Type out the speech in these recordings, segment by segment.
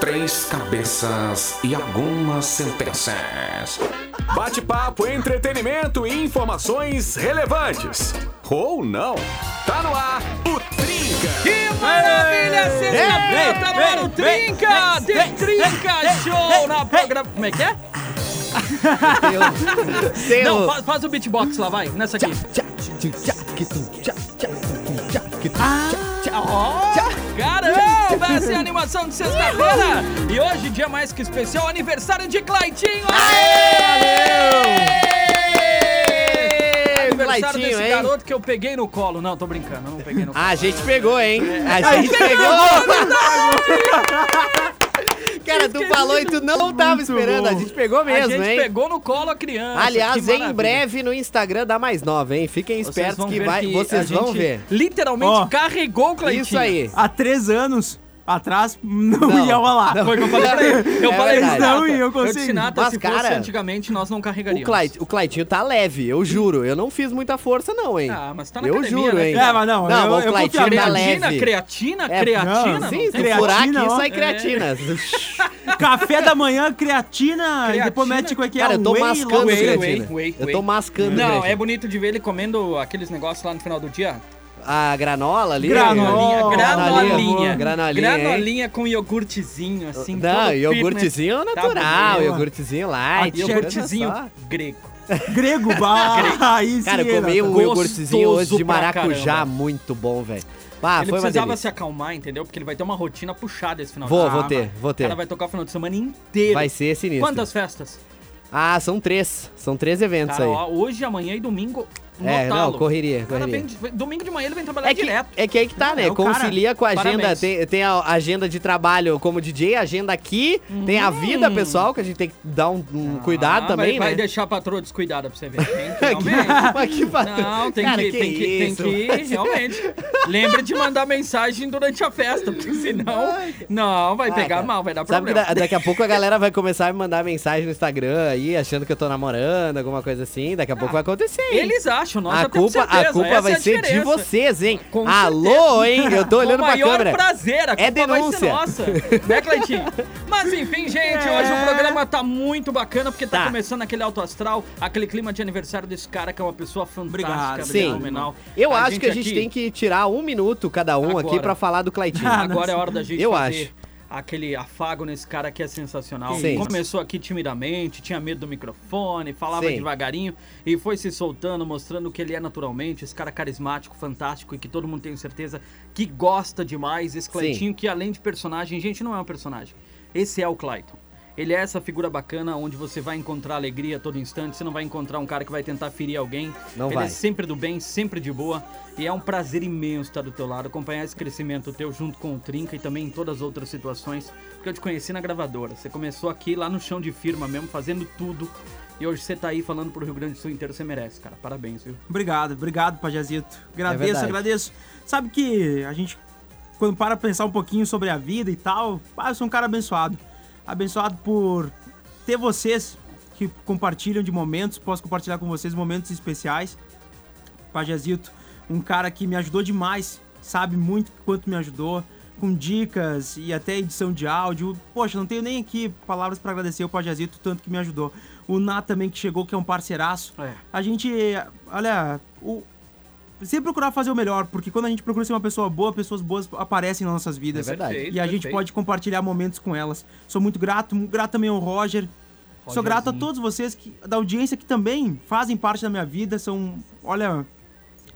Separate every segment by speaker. Speaker 1: três cabeças e algumas sentenças.
Speaker 2: Bate-papo, entretenimento e informações relevantes. Ou não. Tá no ar o Trinca.
Speaker 3: Que maravilha! Sexta-feira tá no ar o Trinca! Destrinca Show na programa... Como é que é? Não, faz, faz o beatbox lá, vai. Nessa aqui. Oh, caramba! Essa é a animação de sexta-feira! E hoje, dia mais que especial, aniversário de Claitinho! Aê! Aniversário
Speaker 4: Claitinho,
Speaker 3: desse
Speaker 4: hein? Ah,
Speaker 3: garoto que eu peguei no colo. Não, tô brincando, eu não peguei no colo.
Speaker 4: A gente pegou, hein? A gente
Speaker 3: é
Speaker 4: pegou! Cara, tu falou e tu não tava esperando. A gente pegou
Speaker 3: a
Speaker 4: mesmo,
Speaker 3: gente
Speaker 4: hein?
Speaker 3: pegou no colo a criança.
Speaker 4: Aliás,
Speaker 3: que
Speaker 4: em
Speaker 3: maravilha.
Speaker 4: breve no Instagram da Mais Nova, hein? Fiquem
Speaker 3: Vocês
Speaker 4: espertos
Speaker 3: vão
Speaker 4: que
Speaker 3: ver
Speaker 4: vai,
Speaker 3: que
Speaker 4: vocês
Speaker 3: a
Speaker 4: vão
Speaker 3: gente
Speaker 4: ver.
Speaker 3: Literalmente
Speaker 5: Ó.
Speaker 3: carregou o Claitinho.
Speaker 4: Isso aí.
Speaker 5: há três anos atrás não,
Speaker 4: Não,
Speaker 5: ia rolar.
Speaker 4: não.
Speaker 3: Foi o que eu falei pra ele. Eu
Speaker 4: É
Speaker 3: falei
Speaker 4: verdade.
Speaker 3: Nata,
Speaker 5: Não, e eu
Speaker 3: Eu disse,
Speaker 5: consigo.
Speaker 3: Nata,
Speaker 4: Mas,
Speaker 3: se fosse
Speaker 4: cara,
Speaker 3: antigamente, nós não carregaríamos.
Speaker 4: O, Clait, o Claitinho tá leve, eu juro. Eu não fiz muita força, não, hein?
Speaker 3: Ah, mas tá na
Speaker 4: eu
Speaker 3: academia,
Speaker 4: juro,
Speaker 3: né,
Speaker 4: hein? Ah,
Speaker 3: cara?
Speaker 5: É, mas não, eu-
Speaker 4: não, o
Speaker 5: eu
Speaker 4: Claitinho
Speaker 5: confio,
Speaker 4: tá
Speaker 5: né?
Speaker 3: Creatina,
Speaker 4: leve.
Speaker 3: creatina,
Speaker 4: É,
Speaker 3: creatina.
Speaker 5: não,
Speaker 4: Sim,
Speaker 3: não tem
Speaker 4: se
Speaker 5: creatina,
Speaker 4: furar aqui,
Speaker 5: ó.
Speaker 4: sai
Speaker 5: É.
Speaker 4: creatina. É.
Speaker 5: Café da manhã, creatina,
Speaker 3: Creatina?
Speaker 5: e depois mete como é que é
Speaker 4: Cara, eu tô
Speaker 5: whey,
Speaker 4: mascando
Speaker 5: whey.
Speaker 3: whey,
Speaker 4: creatina.
Speaker 3: whey,
Speaker 4: Eu
Speaker 3: whey.
Speaker 4: tô mascando
Speaker 3: Não, é
Speaker 4: creatina.
Speaker 3: bonito de ver ele comendo aqueles negócios lá no final do dia.
Speaker 4: A granola ali. né?
Speaker 5: Granolinha,
Speaker 3: Granolinha, granolinha.
Speaker 4: Ah, Granolinha. Granolinha, hein?
Speaker 3: Granolinha com iogurtezinho, assim.
Speaker 4: Não,
Speaker 3: todo
Speaker 4: iogurtezinho é
Speaker 3: fitness. Tá
Speaker 4: natural,
Speaker 3: bonito.
Speaker 4: iogurtezinho light.
Speaker 3: Iogurtezinho
Speaker 4: olha só.
Speaker 3: grego.
Speaker 5: Grego, bah, aí sim.
Speaker 4: Cara,
Speaker 5: é,
Speaker 4: eu comi
Speaker 5: Natan.
Speaker 4: um iogurtezinho hoje de
Speaker 3: Gostoso pra
Speaker 4: maracujá,
Speaker 3: caramba.
Speaker 4: muito bom, velho. Ah,
Speaker 3: ele
Speaker 4: foi uma
Speaker 3: precisava
Speaker 4: delícia.
Speaker 3: se acalmar, entendeu? Porque ele vai ter uma rotina puxada esse final
Speaker 4: Vou,
Speaker 3: de semana.
Speaker 4: vou ter, vou
Speaker 3: O
Speaker 4: ter.
Speaker 3: cara vai tocar o final de semana inteiro.
Speaker 4: Vai ser sinistro.
Speaker 3: Quantas festas?
Speaker 4: Ah, são três. São três eventos
Speaker 3: Cara,
Speaker 4: aí.
Speaker 3: ó, um hoje, amanhã e domingo, no
Speaker 4: É,
Speaker 3: talo.
Speaker 4: não, correria,
Speaker 3: O cara
Speaker 4: correria.
Speaker 3: vem de- vem- domingo de manhã ele vem trabalhar
Speaker 4: É que,
Speaker 3: direto.
Speaker 4: é que aí que tá,
Speaker 5: Não,
Speaker 4: né?
Speaker 5: é o cara.
Speaker 4: Concilia com a agenda.
Speaker 3: Parabéns.
Speaker 4: Tem, tem a agenda de trabalho como DJ, agenda aqui, tem a vida pessoal, que a gente tem que dar um, um cuidado
Speaker 3: Uhum. Ah,
Speaker 4: também,
Speaker 3: vai, vai
Speaker 4: né?
Speaker 3: deixar a patroa descuidada pra você ver. Tem que,
Speaker 4: Mas
Speaker 3: realmente.
Speaker 4: que patrão.
Speaker 3: Não, tem,
Speaker 4: Cara,
Speaker 3: que, tem, que, tem
Speaker 4: isso?
Speaker 3: que, realmente. Lembre de mandar mensagem durante a festa, porque senão. Não, vai
Speaker 4: Ah,
Speaker 3: pegar
Speaker 4: cara,
Speaker 3: mal, vai dar
Speaker 4: Sabe que
Speaker 3: problema.
Speaker 4: da- daqui a pouco a galera vai começar a me mandar mensagem no Instagram aí, achando que eu tô namorando, alguma coisa assim. Daqui a pouco vai acontecer. hein?
Speaker 3: Eles acham, nós
Speaker 4: a
Speaker 3: já temos
Speaker 4: culpa,
Speaker 3: certeza,
Speaker 4: a culpa
Speaker 3: essa
Speaker 4: vai
Speaker 3: é a
Speaker 4: ser de
Speaker 3: diferença.
Speaker 4: vocês, hein?
Speaker 3: Com
Speaker 4: Alô,
Speaker 3: certeza.
Speaker 4: hein? Eu tô olhando
Speaker 3: Com
Speaker 4: pra
Speaker 3: maior
Speaker 4: câmera.
Speaker 3: prazer, a culpa
Speaker 4: É denúncia.
Speaker 3: vai ser nossa. Né, Cleitinho? Mas enfim, gente, hoje o programa tá muito bacana, porque tá,
Speaker 4: É. Tá.
Speaker 3: começando aquele alto astral, aquele clima de aniversário desse cara, que é uma pessoa fantástica,
Speaker 5: Obrigado.
Speaker 4: Sim.
Speaker 3: fenomenal.
Speaker 4: Eu acho que a gente
Speaker 3: aqui-
Speaker 4: tem que tirar um minuto cada um aqui
Speaker 3: Agora.
Speaker 4: pra falar do Claitinho.
Speaker 5: Ah, não.
Speaker 3: Agora é hora da gente
Speaker 4: Eu
Speaker 3: fazer
Speaker 4: acho.
Speaker 3: aquele afago nesse cara que é sensacional.
Speaker 4: Sim.
Speaker 3: Começou aqui timidamente, tinha medo do microfone, falava
Speaker 4: Sim.
Speaker 3: devagarinho e foi se soltando, mostrando o que ele é naturalmente, esse cara carismático, fantástico e que todo mundo tem certeza que gosta demais. Esse Cleitinho que além de personagem, gente, não é um personagem. Esse é o Clayton. Ele é essa figura bacana onde você vai encontrar alegria a todo instante, você não vai encontrar um cara que vai tentar ferir alguém.
Speaker 4: Não
Speaker 3: Ele
Speaker 4: vai.
Speaker 3: é sempre do bem, sempre de boa. E é um prazer imenso estar do teu lado, acompanhar esse crescimento teu junto com o Trinca e também em todas as outras situações. Porque eu te conheci na gravadora. Você começou aqui lá no chão de firma mesmo, fazendo tudo. E hoje você tá aí falando pro Rio Grande do Sul inteiro, você merece, cara. Parabéns, viu?
Speaker 5: Obrigado, obrigado, Pajazito. Agradeço,
Speaker 4: verdade.
Speaker 5: agradeço. Sabe que a gente, quando para pra pensar um pouquinho sobre a vida e tal, ah, eu sou um cara abençoado. Abençoado por ter vocês que compartilham de momentos, posso compartilhar com vocês momentos especiais. Pajazito, um cara que me ajudou demais, sabe muito quanto me ajudou, com dicas e até edição de áudio. Poxa, não tenho nem aqui palavras pra agradecer o Pajazito, tanto que me ajudou. O Nat também que chegou, que é um parceiraço.
Speaker 3: É.
Speaker 5: A gente, olha, o, sempre procurar fazer o melhor, porque quando a gente procura ser uma pessoa boa, pessoas boas aparecem nas nossas vidas.
Speaker 4: É verdade.
Speaker 5: E a gente
Speaker 3: Perfeito.
Speaker 5: pode compartilhar momentos com elas. Sou muito grato, muito grato também ao Roger.
Speaker 3: Rogerzinho.
Speaker 5: Sou grato a todos vocês que, da audiência que também fazem parte da minha vida, são, olha,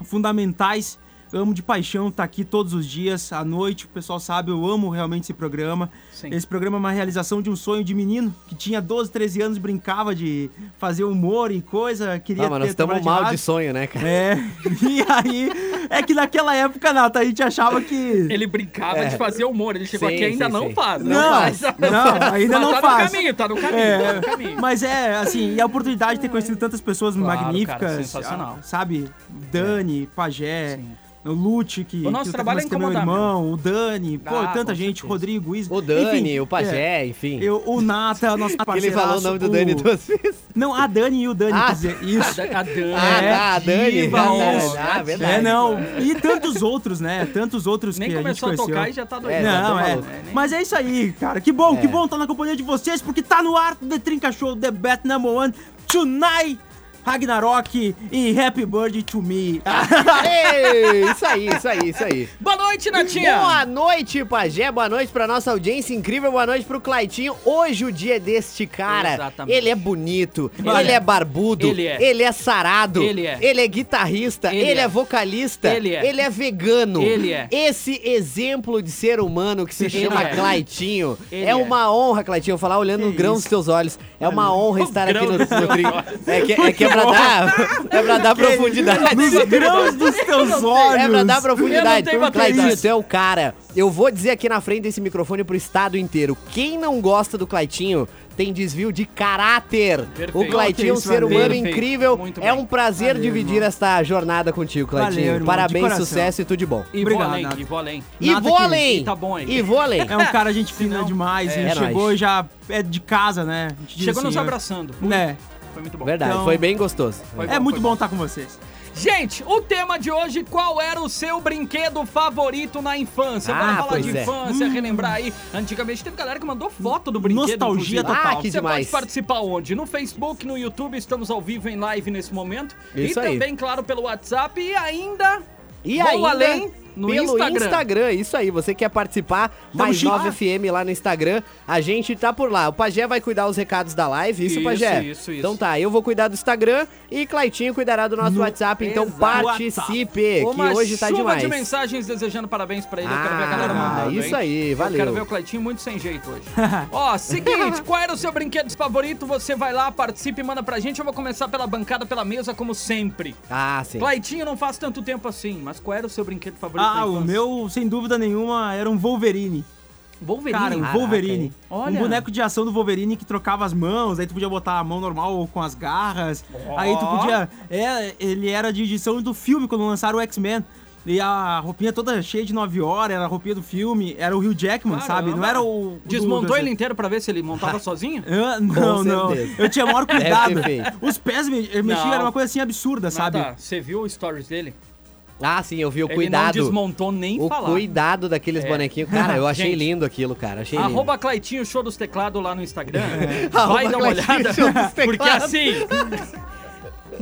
Speaker 5: fundamentais. Amo de paixão estar aqui todos os dias, à noite. O pessoal sabe, eu amo realmente esse programa.
Speaker 3: Sim.
Speaker 5: Esse programa é uma realização de um sonho de menino que tinha 12, 13 anos, brincava de fazer humor e coisa, queria
Speaker 4: Não, mas Ah, nós
Speaker 5: ter
Speaker 4: estamos
Speaker 5: trabalho de
Speaker 4: mal de
Speaker 5: rádio.
Speaker 4: sonho, né, cara?
Speaker 5: É, e aí, é que naquela época, Nata, a gente achava que.
Speaker 3: Ele brincava de fazer humor, ele chegou
Speaker 4: Sim,
Speaker 3: aqui e ainda
Speaker 4: sim,
Speaker 3: não
Speaker 4: sim.
Speaker 3: faz. né?
Speaker 5: Não, não, ainda
Speaker 3: Mas
Speaker 5: não
Speaker 3: tá
Speaker 5: faz.
Speaker 3: no caminho, tá no caminho, tá no caminho.
Speaker 5: É, mas é, assim, e a oportunidade de ter conhecido tantas pessoas
Speaker 3: Claro, cara,
Speaker 5: magníficas.
Speaker 3: sensacional.
Speaker 5: ah, Sabe? Dani, Pajé,
Speaker 3: É. Sim.
Speaker 5: O Lute, que,
Speaker 3: O nosso
Speaker 5: que
Speaker 3: trabalho é
Speaker 5: mas tem meu
Speaker 3: incomodar
Speaker 5: irmão, o Dani, pô,
Speaker 3: Ah,
Speaker 5: tanta
Speaker 3: com
Speaker 5: gente,
Speaker 3: certeza.
Speaker 5: Rodrigo, Isa.
Speaker 4: O Dani,
Speaker 5: enfim,
Speaker 4: o Pajé, enfim.
Speaker 5: é, eu- o Nata, nosso
Speaker 4: Ele
Speaker 5: parceiraço.
Speaker 4: falou o nome do Dani duas vezes.
Speaker 5: Não, a Dani e o Dani,
Speaker 4: Ah,
Speaker 5: quer dizer, isso.
Speaker 3: A, a Dani.
Speaker 4: Ah, tá, a Dani.
Speaker 5: É, diva,
Speaker 4: tá,
Speaker 5: isso.
Speaker 4: tá, tá, verdade.
Speaker 5: É, não. E tantos outros, né? Tantos outros
Speaker 3: Nem
Speaker 5: que a gente
Speaker 3: começou a,
Speaker 5: conheceu.
Speaker 3: tocar e já tá doido.
Speaker 4: É, já
Speaker 5: Não,
Speaker 4: tô
Speaker 5: é.
Speaker 4: maluco.
Speaker 5: Mas é isso aí, cara. Que bom, que
Speaker 4: É.
Speaker 5: bom estar na companhia de vocês, porque tá no ar The Trinca Show, The Bet Number One, Tonight, Ragnarok e Happy Birthday to Me.
Speaker 4: Ah, Ei, isso aí, isso aí, isso aí.
Speaker 3: Boa noite, Natinha!
Speaker 4: Boa noite, Pajé. Boa noite pra nossa audiência incrível. Boa noite pro Claitinho. Hoje o dia é deste cara.
Speaker 3: Exatamente.
Speaker 4: Ele é bonito,
Speaker 3: Olha,
Speaker 4: ele é barbudo,
Speaker 3: ele é.
Speaker 4: sarado,
Speaker 3: Ele é.
Speaker 4: ele é guitarrista, ele,
Speaker 3: Ele
Speaker 4: é.
Speaker 3: é.
Speaker 4: vocalista,
Speaker 3: Ele é.
Speaker 4: vegano.
Speaker 3: Ele é.
Speaker 4: Esse exemplo de ser humano que se
Speaker 3: Ele
Speaker 4: chama
Speaker 3: é.
Speaker 4: Claitinho.
Speaker 3: Ele
Speaker 4: É,
Speaker 3: é.
Speaker 4: uma honra, Claitinho, falar olhando no grão dos teus olhos. É uma honra estar aqui
Speaker 3: grão
Speaker 4: no,
Speaker 3: dos
Speaker 4: no
Speaker 3: teus
Speaker 4: tri...
Speaker 3: olhos.
Speaker 4: É que é, que é pra dar, é pra dar profundidade.
Speaker 5: Nos grãos dos teus olhos.
Speaker 4: É pra
Speaker 3: Eu
Speaker 4: dar
Speaker 3: não
Speaker 4: profundidade.
Speaker 3: tenho uma
Speaker 4: Claitinho,
Speaker 3: playlist.
Speaker 4: tu é o cara. Eu vou dizer aqui na frente desse microfone pro estado inteiro. Quem não gosta do Claitinho tem desvio de caráter.
Speaker 3: Perfeito.
Speaker 4: O Claitinho é um
Speaker 5: Ok, isso,
Speaker 4: ser humano
Speaker 3: Perfeito.
Speaker 4: incrível.
Speaker 3: Muito
Speaker 4: é
Speaker 3: bem.
Speaker 4: um prazer
Speaker 5: Valeu,
Speaker 4: dividir
Speaker 5: irmão.
Speaker 4: esta jornada contigo, Claitinho.
Speaker 5: Valeu, irmão, de
Speaker 4: Parabéns,
Speaker 5: coração.
Speaker 4: sucesso e tudo de bom.
Speaker 3: E
Speaker 5: Obrigado,
Speaker 3: vou além,
Speaker 5: Nath.
Speaker 3: e vou além.
Speaker 4: E
Speaker 5: Nada
Speaker 4: vou
Speaker 5: que-
Speaker 4: além!
Speaker 3: Tá bom, hein?
Speaker 4: E vou além!
Speaker 5: É um cara, gente fina
Speaker 3: Não.
Speaker 5: demais.
Speaker 3: É.
Speaker 5: ele
Speaker 4: É
Speaker 5: chegou
Speaker 4: nóis.
Speaker 5: e já é de casa, né? A gente diz
Speaker 3: Chegou nos
Speaker 5: assim,
Speaker 3: abraçando.
Speaker 5: é- Né?
Speaker 3: Foi muito bom.
Speaker 4: Verdade,
Speaker 5: Então-
Speaker 4: foi bem gostoso.
Speaker 3: Foi
Speaker 5: É muito
Speaker 3: foi
Speaker 5: bom estar com vocês.
Speaker 3: Gente, o tema de hoje, qual era o seu brinquedo favorito na infância?
Speaker 4: Ah,
Speaker 3: Vamos falar
Speaker 4: pois
Speaker 3: de
Speaker 4: é.
Speaker 3: infância, relembrar aí. Antigamente teve galera que mandou foto do brinquedo.
Speaker 5: Nostalgia
Speaker 3: inclusive.
Speaker 5: total.
Speaker 4: Ah, que
Speaker 3: Você
Speaker 4: demais.
Speaker 3: pode participar onde? No Facebook, no YouTube, estamos ao vivo em live nesse momento.
Speaker 4: Isso
Speaker 3: e
Speaker 4: aí.
Speaker 3: também, claro, pelo WhatsApp e ainda.
Speaker 4: E
Speaker 3: Vou
Speaker 4: ainda,
Speaker 3: além no
Speaker 4: pelo Instagram.
Speaker 3: Instagram.
Speaker 4: isso aí. Você quer participar, mais
Speaker 5: chique.
Speaker 4: 9FM lá no Instagram, a gente tá por lá. O Pajé vai cuidar os recados da live, isso,
Speaker 3: Isso,
Speaker 4: Pajé?
Speaker 3: isso, isso.
Speaker 4: Então tá, eu vou cuidar do Instagram e Claitinho cuidará do nosso WhatsApp, então
Speaker 3: Exato.
Speaker 4: participe,
Speaker 3: Uma
Speaker 4: que hoje tá
Speaker 3: chuva
Speaker 4: demais.
Speaker 3: de mensagens desejando parabéns pra ele. Eu quero ver a galera
Speaker 4: Ah,
Speaker 3: mandando. hein?
Speaker 4: isso aí,
Speaker 3: Eu quero ver
Speaker 4: valeu.
Speaker 3: o Cleitinho muito sem jeito hoje. Ó, seguinte, qual era o seu brinquedo favorito? Você vai lá, participe, manda pra gente. Eu vou começar pela bancada, pela mesa, como sempre.
Speaker 4: Ah, sim.
Speaker 3: Cleitinho, não faz tanto tempo assim, mas qual era o seu brinquedo favorito?
Speaker 5: Ah,
Speaker 3: na
Speaker 5: o
Speaker 3: infância?
Speaker 5: meu, sem dúvida nenhuma, era um Wolverine.
Speaker 3: Wolverine.
Speaker 5: Cara, um
Speaker 4: Caraca,
Speaker 5: Wolverine.
Speaker 4: hein?
Speaker 3: Olha.
Speaker 5: Um boneco de ação do Wolverine que trocava as mãos, aí tu podia botar a mão normal ou com as garras. Aí tu podia. É, ele era de edição do filme quando lançaram o X-Men. E a roupinha toda cheia de 9 horas, era a roupinha do filme, era o Hugh Jackman,
Speaker 3: Caramba.
Speaker 5: sabe? Não era o. o do-
Speaker 3: Desmontou
Speaker 5: do-
Speaker 3: ele inteiro pra ver se ele montava sozinho?
Speaker 5: Ah, não, não.
Speaker 4: certeza.
Speaker 5: Eu tinha maior
Speaker 4: ter
Speaker 5: cuidado.
Speaker 4: feito.
Speaker 5: Os pés me, mexiam,
Speaker 3: Não. tá.
Speaker 5: era uma coisa assim absurda, sabe?
Speaker 3: Nada. Você viu o stories dele?
Speaker 4: Ah, sim, eu vi o
Speaker 3: Ele não
Speaker 4: cuidado.
Speaker 3: desmontou nem
Speaker 4: O
Speaker 3: falar.
Speaker 4: cuidado daqueles
Speaker 3: É.
Speaker 4: bonequinhos. Cara, eu achei
Speaker 3: Gente.
Speaker 4: lindo aquilo, cara. Achei lindo.
Speaker 3: Arroba Claitinho Show dos Teclados lá no Instagram.
Speaker 4: É. Arroba
Speaker 3: Vai dar uma
Speaker 4: Claitinho
Speaker 3: olhada.
Speaker 4: Show dos
Speaker 3: Porque
Speaker 4: Teclados.
Speaker 3: assim.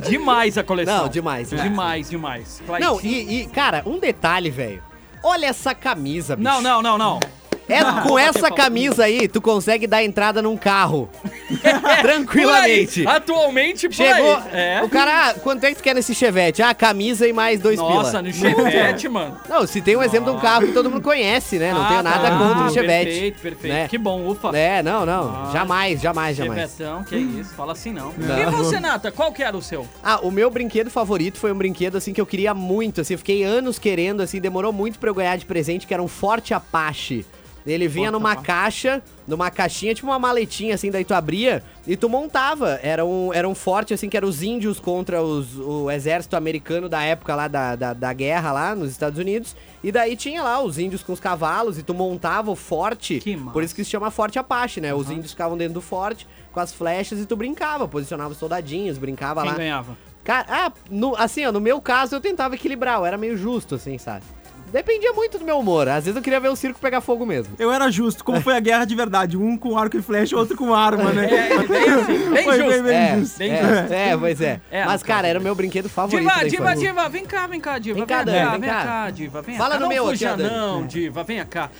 Speaker 3: demais a coleção.
Speaker 4: Não, demais, demais.
Speaker 3: Demais, demais.
Speaker 4: Não,
Speaker 3: Claitinho-
Speaker 4: e, e, cara, um detalhe, velho. Olha essa camisa, bicho.
Speaker 3: Não, não, não, não. tá
Speaker 4: É, com
Speaker 3: bater
Speaker 4: essa
Speaker 3: palma.
Speaker 4: camisa aí, tu consegue dar entrada num carro.
Speaker 3: Por
Speaker 4: Tranquilamente.
Speaker 3: aí, Atualmente, por
Speaker 4: Chegou.
Speaker 3: aí. É.
Speaker 4: O cara, ah, quanto é que tu quer nesse Chevette? Ah, camisa e mais dois
Speaker 3: Nossa,
Speaker 4: pila.
Speaker 3: no Chevette, mano.
Speaker 4: Não, se tem um exemplo de um carro que todo mundo conhece, né? Não
Speaker 3: Ah,
Speaker 4: tenho nada
Speaker 3: tá.
Speaker 4: contra o Chevette.
Speaker 3: Perfeito, Ah. perfeito.
Speaker 4: Né?
Speaker 3: Que bom, ufa.
Speaker 4: É, não, não. jamais, jamais, jamais.
Speaker 3: Chevetão, que é isso. Fala assim não.
Speaker 4: Não.
Speaker 3: E você, Nata, qual que era o seu?
Speaker 4: Ah, o meu brinquedo favorito foi um brinquedo assim que eu queria muito, assim, eu fiquei anos querendo, assim, demorou muito pra eu ganhar de presente, que era um Forte Apache. Ele vinha
Speaker 5: Forte
Speaker 4: numa
Speaker 5: Apache.
Speaker 4: caixa, numa caixinha, tipo uma maletinha assim, daí tu abria e tu montava. Era um, era um forte assim que era os índios contra os, o exército americano da época lá da, da, da guerra lá nos Estados Unidos. E daí tinha lá os índios com os cavalos e tu montava o forte.
Speaker 3: Que massa.
Speaker 4: Por isso que se chama Forte Apache, né? Os índios ficavam dentro do forte com as flechas e tu brincava, posicionava os soldadinhos, brincava
Speaker 3: Quem
Speaker 4: lá.
Speaker 3: ganhava?
Speaker 4: Cara, ah, no- assim, ó, no meu caso eu tentava equilibrar, eu era meio justo, assim, sabe? Dependia muito do meu humor. Às vezes eu queria ver o circo pegar fogo mesmo.
Speaker 5: Eu era justo, como foi a guerra de verdade. Um com arco e flecha, outro com arma, né?
Speaker 3: É, bem assim, bem
Speaker 5: Foi
Speaker 3: justo.
Speaker 5: bem, bem
Speaker 4: é,
Speaker 5: justo.
Speaker 4: é, é, pois é.
Speaker 3: É,
Speaker 4: Mas,
Speaker 3: no
Speaker 4: cara,
Speaker 3: caso
Speaker 4: era o meu brinquedo favorito.
Speaker 3: Diva,
Speaker 4: da
Speaker 3: diva,
Speaker 4: infância.
Speaker 3: diva, vem cá, vem cá, diva.
Speaker 4: Vem cá,
Speaker 3: vem,
Speaker 4: Dani, vem
Speaker 3: vem
Speaker 4: cá.
Speaker 3: cá, diva, vem
Speaker 4: Fala
Speaker 3: cá.
Speaker 4: no meu
Speaker 3: não
Speaker 4: aqui, ó,
Speaker 3: fuja,
Speaker 4: Dani.
Speaker 3: não, diva, vem cá.